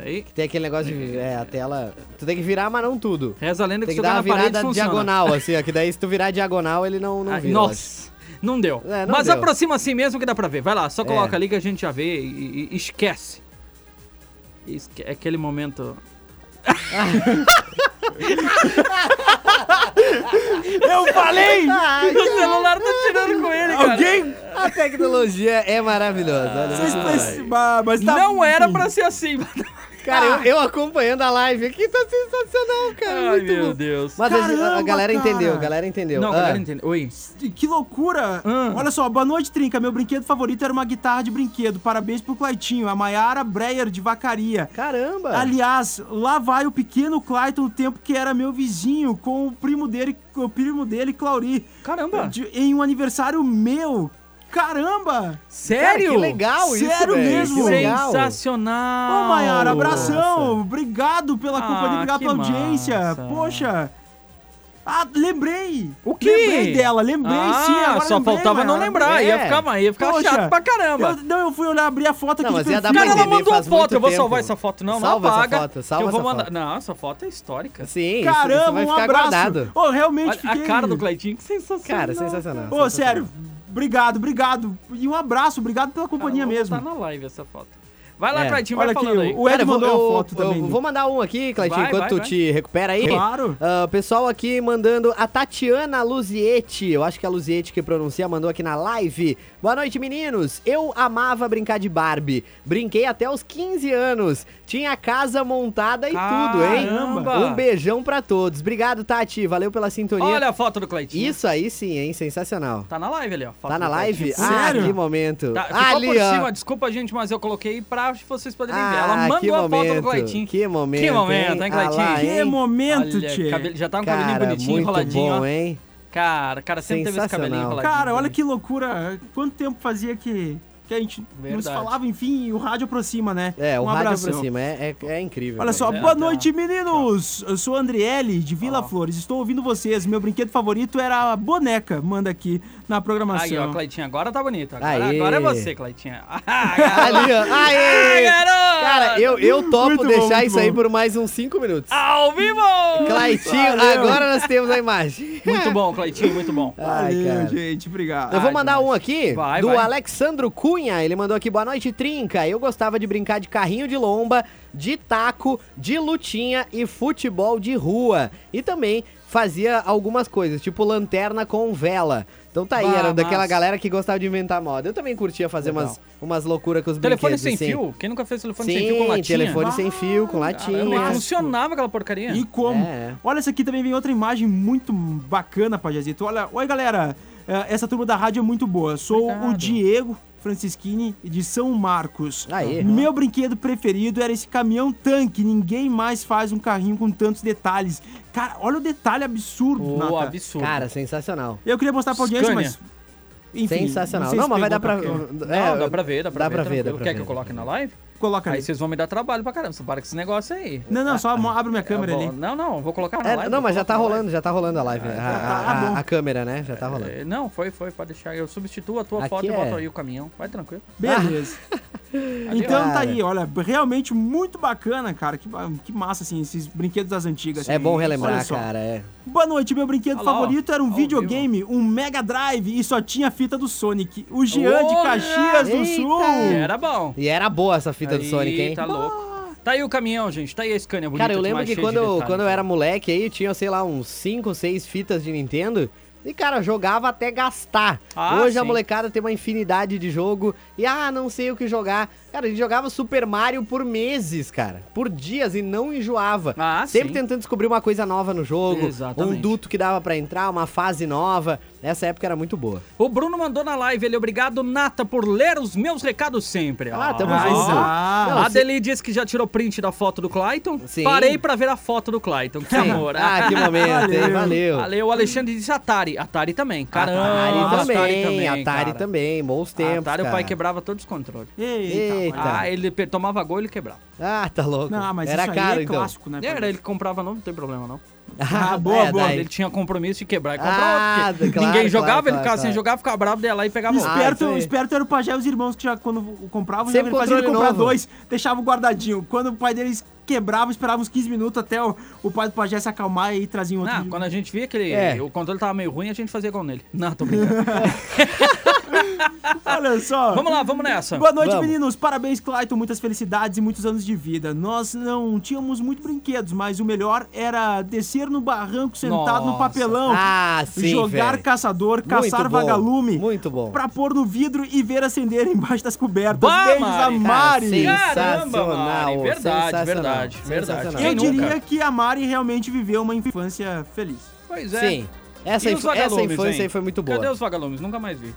Speaker 3: Peraí.
Speaker 4: tem aquele negócio de. É, a tela. Tu tem que virar, mas não tudo.
Speaker 3: Reza a lenda que
Speaker 4: Tem
Speaker 3: se
Speaker 4: que
Speaker 3: eu
Speaker 4: dar
Speaker 3: tá na
Speaker 4: uma
Speaker 3: parede
Speaker 4: virada
Speaker 3: funciona.
Speaker 4: diagonal, assim, ó. Que daí se tu virar diagonal, ele não, não
Speaker 3: Ah,
Speaker 4: vira. eu acho.
Speaker 3: nossa, não deu.
Speaker 4: É, não
Speaker 3: Mas
Speaker 4: deu.
Speaker 3: aproxima assim mesmo que dá pra ver. Vai lá, só
Speaker 4: É.
Speaker 3: coloca ali que a gente já vê e, e- e esquece. Esque é aquele momento...
Speaker 5: Eu falei!
Speaker 3: O celular tá tirando com ele, cara.
Speaker 5: É Alguém...
Speaker 4: A tecnologia é maravilhosa. olha
Speaker 5: Vocês
Speaker 4: só.
Speaker 5: precisam... Ah, mas tá- É
Speaker 3: Não era
Speaker 5: enfim.
Speaker 3: pra ser assim.
Speaker 4: Cara, eu, eu acompanhando a live aqui, tá sensacional, cara.
Speaker 3: Ai,
Speaker 4: muito
Speaker 3: meu
Speaker 4: bom.
Speaker 3: Deus.
Speaker 4: Mas a- a,
Speaker 5: Caramba,
Speaker 4: galera
Speaker 5: cara.
Speaker 4: entendeu, a galera entendeu.
Speaker 3: Não,
Speaker 4: Ah,
Speaker 5: é.
Speaker 3: galera, entende. Oi.
Speaker 5: Que loucura!
Speaker 3: Hum.
Speaker 5: Olha só, boa noite, Trinca. Meu brinquedo favorito era uma guitarra de brinquedo. Parabéns pro Claitinho, a Maiara Breyer de Vacaria.
Speaker 4: Caramba!
Speaker 5: Aliás, lá vai o pequeno Clayton, o tempo que era meu vizinho, com o primo dele, com o primo dele, Clauri,
Speaker 3: Caramba.
Speaker 5: de- em um aniversário meu. Caramba!
Speaker 4: Cara,
Speaker 3: Sério?
Speaker 4: que legal isso,
Speaker 5: Sério
Speaker 4: velho,
Speaker 5: mesmo?
Speaker 4: Que legal.
Speaker 5: Ô,
Speaker 4: Ah,
Speaker 3: Sensacional.
Speaker 5: Maiara, abração!
Speaker 4: nossa.
Speaker 5: Obrigado pela
Speaker 3: Ah,
Speaker 5: companhia, obrigado
Speaker 3: que
Speaker 5: pela audiência.
Speaker 3: massa.
Speaker 5: Poxa! Ah, lembrei!
Speaker 3: O quê?
Speaker 5: Lembrei dela, lembrei
Speaker 3: ah,
Speaker 5: sim. Agora
Speaker 3: só
Speaker 5: lembrei,
Speaker 3: faltava não
Speaker 5: Maiara.
Speaker 3: lembrar. Ia
Speaker 4: É.
Speaker 3: ficar, ia ficar
Speaker 5: Poxa,
Speaker 3: chato pra caramba.
Speaker 5: Eu, não, eu fui olhar, abrir a foto
Speaker 4: Não,
Speaker 5: aqui
Speaker 4: Tá, mas
Speaker 5: de
Speaker 4: ia dar
Speaker 5: perfil.
Speaker 4: pra
Speaker 3: Cara, ela
Speaker 4: entender,
Speaker 3: mandou a
Speaker 4: faz
Speaker 3: foto.
Speaker 4: muito
Speaker 3: Eu vou
Speaker 4: tempo.
Speaker 3: salvar essa foto. Não,
Speaker 4: Salva
Speaker 3: não
Speaker 4: essa
Speaker 3: apaga.
Speaker 4: foto, salva
Speaker 3: que eu vou
Speaker 4: essa
Speaker 3: mandar.
Speaker 4: foto.
Speaker 3: Não, essa foto é histórica.
Speaker 4: Sim, isso- isso
Speaker 5: Caramba,
Speaker 4: vai
Speaker 5: um
Speaker 4: ficar
Speaker 5: abraço.
Speaker 4: guardado.
Speaker 5: Ô, realmente
Speaker 3: Olha
Speaker 5: fiquei...
Speaker 3: a cara do Cleitinho, que sensacional.
Speaker 4: Cara, sensacional.
Speaker 5: Ô,
Speaker 4: sensacional.
Speaker 5: sério, obrigado, obrigado. E um abraço, obrigado pela
Speaker 3: Cara, eu
Speaker 4: Tá,
Speaker 5: companhia
Speaker 3: vou
Speaker 5: mesmo.
Speaker 3: botar na live essa foto. Vai lá,
Speaker 4: É.
Speaker 3: Claitinho, vai falando aí.
Speaker 4: Cara, eu vou- eu- eu
Speaker 3: né?
Speaker 4: Vou mandar um aqui, Claitinho,
Speaker 3: Vai,
Speaker 4: enquanto
Speaker 3: vai,
Speaker 4: tu
Speaker 3: vai.
Speaker 4: te recupera aí.
Speaker 3: Claro.
Speaker 4: Ah, O pessoal aqui mandando a Tatiana Luzietti, eu acho que é a Luzietti que pronuncia, mandou aqui na live. Boa noite, meninos. Eu amava brincar de Barbie. Brinquei até os 15 anos. Tinha casa montada e tudo,
Speaker 3: Caramba.
Speaker 4: hein? Um beijão pra todos. Obrigado, Tati. Valeu pela sintonia.
Speaker 3: Olha a foto do Claitinho.
Speaker 4: Isso aí sim, hein? Sensacional.
Speaker 3: Tá na live ali, ó. foto
Speaker 4: Tá na
Speaker 3: do
Speaker 4: live?
Speaker 3: Claitinho.
Speaker 4: Ah, que momento.
Speaker 3: Tá, ficou
Speaker 4: Ali,
Speaker 3: por
Speaker 4: ó.
Speaker 3: cima, desculpa, gente, mas eu coloquei pra vocês poderem ver. Ela
Speaker 4: Ah, que
Speaker 3: mandou a foto do
Speaker 4: momento,
Speaker 3: Claitinho.
Speaker 4: que momento,
Speaker 3: Que momento, hein,
Speaker 4: hein?
Speaker 3: Claitinho?
Speaker 4: Ah lá, hein? Que momento,
Speaker 3: Olha,
Speaker 4: tchê.
Speaker 3: cabelo- Já tá com o
Speaker 4: Cara,
Speaker 3: cabelinho bonitinho,
Speaker 4: muito
Speaker 3: enroladinho,
Speaker 4: bom,
Speaker 3: ó.
Speaker 4: hein?
Speaker 3: Cara, cara, sempre teve esse cabelinho enroladinho.
Speaker 5: Cara, olha que loucura. Quanto tempo fazia que, que a gente não se
Speaker 4: Verdade.
Speaker 5: falava, enfim, e o rádio aproxima, né?
Speaker 3: Um
Speaker 4: É, o rádio
Speaker 5: abração.
Speaker 4: aproxima, é, é, é incrível.
Speaker 5: Olha só, boa noite, meninos! Eu sou o Andriele, de Vila Flores. Estou ouvindo vocês. Meu brinquedo favorito era a boneca. Manda aqui na
Speaker 3: Aí, ó,
Speaker 5: programação.
Speaker 3: Claitinho, agora tá bonito. Agora,
Speaker 5: Aê.
Speaker 3: agora é você, Ah, Claitinha.
Speaker 4: Ali, ó. Aê! Cara, eu, eu topo
Speaker 3: Muito bom,
Speaker 4: deixar
Speaker 3: muito
Speaker 4: isso aí
Speaker 3: bom.
Speaker 4: por mais uns 5 minutos.
Speaker 3: Ao vivo!
Speaker 4: Claitinho,
Speaker 3: Valeu.
Speaker 4: agora nós temos a imagem.
Speaker 3: Muito bom, Claitinho, muito bom.
Speaker 4: Ai, Valeu, cara.
Speaker 5: gente, obrigado.
Speaker 4: Eu vou mandar um aqui
Speaker 3: Vai,
Speaker 4: do
Speaker 3: vai.
Speaker 4: Alexandro Cunha. Ele mandou aqui boa noite, Trinca. Eu gostava de brincar de carrinho de lomba, de taco, de lutinha e futebol de rua. E também fazia algumas coisas, tipo lanterna com vela. Então tá aí,
Speaker 3: Bah,
Speaker 4: era daquela
Speaker 3: massa.
Speaker 4: galera que gostava de inventar moda. Eu também curtia fazer
Speaker 3: Legal.
Speaker 4: umas, umas loucuras com os
Speaker 3: Telefone
Speaker 4: brinquedos.
Speaker 3: sem
Speaker 4: assim.
Speaker 3: fio? Quem nunca fez telefone sem fio com
Speaker 4: Sim,
Speaker 3: latinha?
Speaker 4: telefone sem fio, com latinha.
Speaker 3: Caramba, funcionava aquela porcaria.
Speaker 5: E como?
Speaker 4: É,
Speaker 5: Olha, essa aqui também vem outra imagem muito bacana, Pajazito. Olha, oi galera, Eh, essa turma da rádio é muito boa. Sou o Diego Francischini de São Marcos. Uhum.
Speaker 4: Aê.
Speaker 5: Meu brinquedo preferido era esse caminhão tanque. Ninguém mais faz um carrinho com tantos detalhes. Cara, olha o detalhe absurdo, Nata.
Speaker 4: Cara, sensacional.
Speaker 5: Eu queria mostrar pra audiência,
Speaker 4: Scania.
Speaker 5: mas. Enfim,
Speaker 4: Sensacional.
Speaker 5: sei
Speaker 4: Não,
Speaker 5: se
Speaker 4: mas vai dar pra.
Speaker 5: pegou
Speaker 4: é,
Speaker 3: não, dá pra ver, dá pra ver. tranquilo.
Speaker 4: dá pra
Speaker 3: Quer
Speaker 4: ver.
Speaker 3: que eu coloque na live?
Speaker 5: Coloca
Speaker 3: aí. Aí vocês vão me dar trabalho pra caramba. Você para com esse negócio aí.
Speaker 5: Não, não, só abre minha
Speaker 3: câmera ali. Não, não, eu vou colocar na
Speaker 4: É,
Speaker 3: live.
Speaker 4: não, mas já tá rolando, já tá rolando a live. né? a, a- a- a câmera, né? Já tá rolando.
Speaker 3: É, Não, foi, foi, pode deixar. Eu substituo a tua
Speaker 4: Aqui
Speaker 3: foto e
Speaker 4: é-
Speaker 3: boto aí o caminhão. Vai tranquilo.
Speaker 5: Beleza. Ah. Então
Speaker 3: Cara.
Speaker 5: tá aí, olha, realmente muito bacana, cara. Que, ba- que massa, assim, esses brinquedos das antigas.
Speaker 4: É bom
Speaker 5: Olha
Speaker 4: relembrar,
Speaker 5: só.
Speaker 4: cara. É.
Speaker 5: Boa noite, meu brinquedo
Speaker 4: Olha lá, ó.
Speaker 5: favorito era um videogame, um Mega Drive e só tinha a fita do Sonic. O Jean de
Speaker 3: Olha!
Speaker 5: Caxias do Sul.
Speaker 4: Hum.
Speaker 3: E era bom.
Speaker 4: E era boa essa fita do
Speaker 3: Aí,
Speaker 4: Sonic, hein?
Speaker 3: Tá louco. Tá aí o caminhão, gente. Tá aí a Scania bonita.
Speaker 4: Cara, eu lembro
Speaker 3: demais,
Speaker 4: que
Speaker 3: cheia de né?
Speaker 4: quando eu,
Speaker 3: detalhe.
Speaker 4: quando eu era moleque aí, tinha, sei lá, uns 5, 6 fitas de Nintendo. E, cara, jogava até gastar.
Speaker 3: Ah,
Speaker 4: Hoje a
Speaker 3: sim.
Speaker 4: molecada tem uma infinidade de jogo. E, ah, não sei o que jogar. Cara, a gente jogava Super Mario por meses, cara. Por dias e não enjoava. Sempre tentando descobrir uma coisa nova no jogo.
Speaker 3: Ah, Exatamente.
Speaker 4: Um duto que dava pra entrar, uma fase nova. Essa época era muito boa.
Speaker 3: O Bruno mandou na live ele, obrigado, Nata, por ler os meus recados sempre. Ah,
Speaker 4: tamo
Speaker 5: junto.
Speaker 3: Ah,
Speaker 5: Não,
Speaker 3: a Adeli disse que já tirou print da foto do Clayton.
Speaker 4: Sim.
Speaker 3: Parei pra ver a foto do Clayton. Que
Speaker 4: Sim.
Speaker 3: amor.
Speaker 4: Ah, que momento, hein? Valeu.
Speaker 3: Valeu. O Alexandre disse Atari. Atari também. Caramba.
Speaker 4: Atari também, Atari também,
Speaker 3: cara.
Speaker 4: bons tempos,
Speaker 3: Atari, o
Speaker 4: cara.
Speaker 3: pai quebrava todos os controles.
Speaker 4: Eita, Eita. pai.
Speaker 3: Ah, ele pe- tomava gol e ele quebrava.
Speaker 4: Ah, tá louco.
Speaker 3: Não, mas
Speaker 4: Era
Speaker 3: isso aí é
Speaker 4: caro, então.
Speaker 3: clássico, né, Era, ele comprava novo, não tem problema, não.
Speaker 4: Ah, boa, boa.
Speaker 3: Ele tinha compromisso de quebrar e comprar
Speaker 4: Ah,
Speaker 3: outro, porque
Speaker 4: claro,
Speaker 3: ninguém
Speaker 4: claro,
Speaker 3: jogava, ele
Speaker 4: claro,
Speaker 3: ficava sem
Speaker 4: claro.
Speaker 3: jogar, ficava bravo, daí ia lá e pegava outro.
Speaker 4: Ah,
Speaker 5: Esperto,
Speaker 4: então é.
Speaker 5: esperto era o pajé e os irmãos que já quando o compravam, já
Speaker 3: Sempre
Speaker 5: ele fazia ele
Speaker 3: controle
Speaker 5: comprar
Speaker 3: novo.
Speaker 5: dois, deixava guardadinho. Quando o pai deles quebrava, esperava uns 15 minutos até o, o pai do pajé se acalmar e trazia um outro.
Speaker 3: Ah, quando a gente via que ele-
Speaker 5: É.
Speaker 3: o controle tava meio ruim, a gente fazia gol nele. Não, tô brincando.
Speaker 5: Olha só.
Speaker 3: Vamos lá, vamos nessa.
Speaker 5: Boa noite,
Speaker 3: Vamos.
Speaker 5: meninos. Parabéns, Clayton. Muitas felicidades e muitos anos de vida. Nós não tínhamos muito brinquedos, mas o melhor era descer no barranco sentado no
Speaker 4: Nossa.
Speaker 5: papelão,
Speaker 4: Ah, sim,
Speaker 5: jogar
Speaker 4: velho.
Speaker 5: caçador, caçar
Speaker 4: Muito bom,
Speaker 5: vagalume,
Speaker 4: Muito bom.
Speaker 5: pra pôr no vidro e ver acender embaixo das cobertas.
Speaker 4: Bah,
Speaker 5: Beijos
Speaker 4: Mari, Ah,
Speaker 5: a
Speaker 4: cara,
Speaker 5: Mari.
Speaker 4: sensacional, Caramba, Mari.
Speaker 3: Verdade,
Speaker 4: sensacional,
Speaker 3: verdade, verdade.
Speaker 4: sensacional.
Speaker 5: Eu
Speaker 3: Quem nunca?
Speaker 5: diria que a Mari realmente viveu uma infância feliz.
Speaker 3: Pois é.
Speaker 4: Sim. Essa
Speaker 3: E
Speaker 4: inf-
Speaker 3: os
Speaker 4: essa
Speaker 3: vagalumes,
Speaker 4: infância
Speaker 3: hein?
Speaker 4: aí foi muito boa.
Speaker 3: Cadê os vagalumes? Nunca mais vi.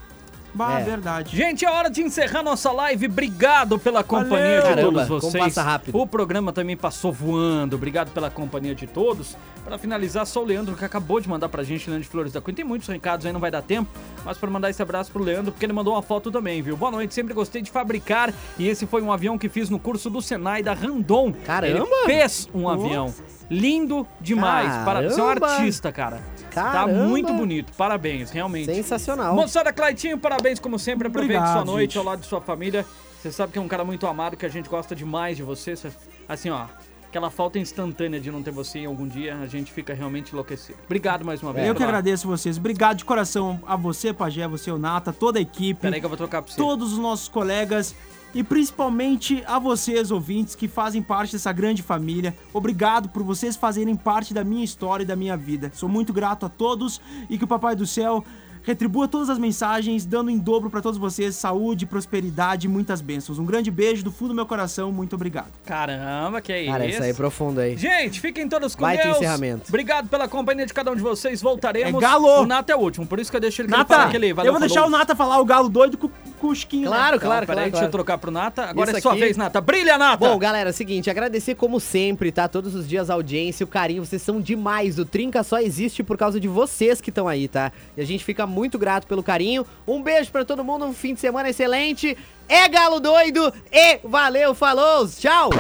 Speaker 5: Bah,
Speaker 4: É.
Speaker 5: verdade.
Speaker 3: Gente, é hora de encerrar nossa live. Obrigado pela companhia de
Speaker 4: Caramba,
Speaker 3: todos
Speaker 4: como
Speaker 3: vocês.
Speaker 4: passa rápido.
Speaker 3: O programa também passou voando. Obrigado pela companhia de todos. Para finalizar, só o Leandro que acabou de mandar pra gente, Leandro de Flores da Cunha. Tem muitos recados aí, não vai dar tempo, mas para mandar esse abraço pro Leandro, porque ele mandou uma foto também, viu? Boa noite, sempre gostei de fabricar e esse foi um avião que fiz no curso do Senai da Randon.
Speaker 4: Caramba!
Speaker 3: Ele fez um avião. Lindo demais. Parabéns. Você é um
Speaker 4: Caramba!
Speaker 3: artista, cara. Tá
Speaker 4: Caramba!
Speaker 3: muito bonito. Parabéns, realmente.
Speaker 4: Sensacional.
Speaker 3: Moçada Claitinho, parabéns como sempre. Aproveite
Speaker 4: Obrigado,
Speaker 3: sua noite
Speaker 4: gente.
Speaker 3: ao lado de sua família. Você sabe que é um cara muito amado, que a gente gosta demais de você. Cê- Assim, ó, aquela falta instantânea de não ter você em algum dia, a gente fica realmente enlouquecido. Obrigado mais
Speaker 4: É.
Speaker 3: uma vez.
Speaker 5: Eu que
Speaker 3: pela-
Speaker 5: agradeço vocês. Obrigado de coração a você, Pajé, você, o Nata, toda a equipe.
Speaker 3: Peraí que eu vou trocar pra você.
Speaker 5: Todos os nossos colegas. E principalmente a vocês, ouvintes, que fazem parte dessa grande família. Obrigado por vocês fazerem parte da minha história e da minha vida. Sou muito grato a todos e que o Papai do Céu retribua todas as mensagens, dando em dobro para todos vocês saúde, prosperidade e muitas bênçãos. Um grande beijo do fundo do meu coração, muito obrigado.
Speaker 3: Caramba, que é isso.
Speaker 4: Cara, isso aí é profundo aí.
Speaker 3: Gente, fiquem todos com
Speaker 4: Vai ter
Speaker 3: Deus.
Speaker 4: encerramento.
Speaker 3: Obrigado pela companhia de cada um de vocês. Voltaremos.
Speaker 5: É galo!
Speaker 3: O Nata é o último, por isso que eu deixo ele que ele
Speaker 5: Nata,
Speaker 3: fala que ele vai um
Speaker 5: eu vou deixar o Nata falar o galo doido com, com o né? Chiquinho.
Speaker 4: Claro, claro,
Speaker 3: peraí,
Speaker 4: claro,
Speaker 3: deixa eu
Speaker 4: claro.
Speaker 3: trocar pro Nata. Agora
Speaker 4: Isso
Speaker 3: é sua
Speaker 4: aqui-
Speaker 3: vez, Nata. Brilha, Nata!
Speaker 4: Bom, galera, é o seguinte, agradecer como sempre, tá? Todos os dias a audiência, o carinho, vocês são demais. O Trinca só existe por causa de vocês que estão aí, tá? E a gente fica muito grato pelo carinho. Um beijo pra todo mundo, um fim de semana excelente. É Galo Doido e valeu, falou, tchau!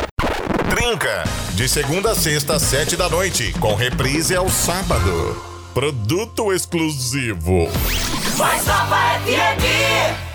Speaker 1: Trinca. De segunda a sexta, às sete da noite. Com reprise ao sábado. Produto exclusivo.
Speaker 7: Mais Nova FM.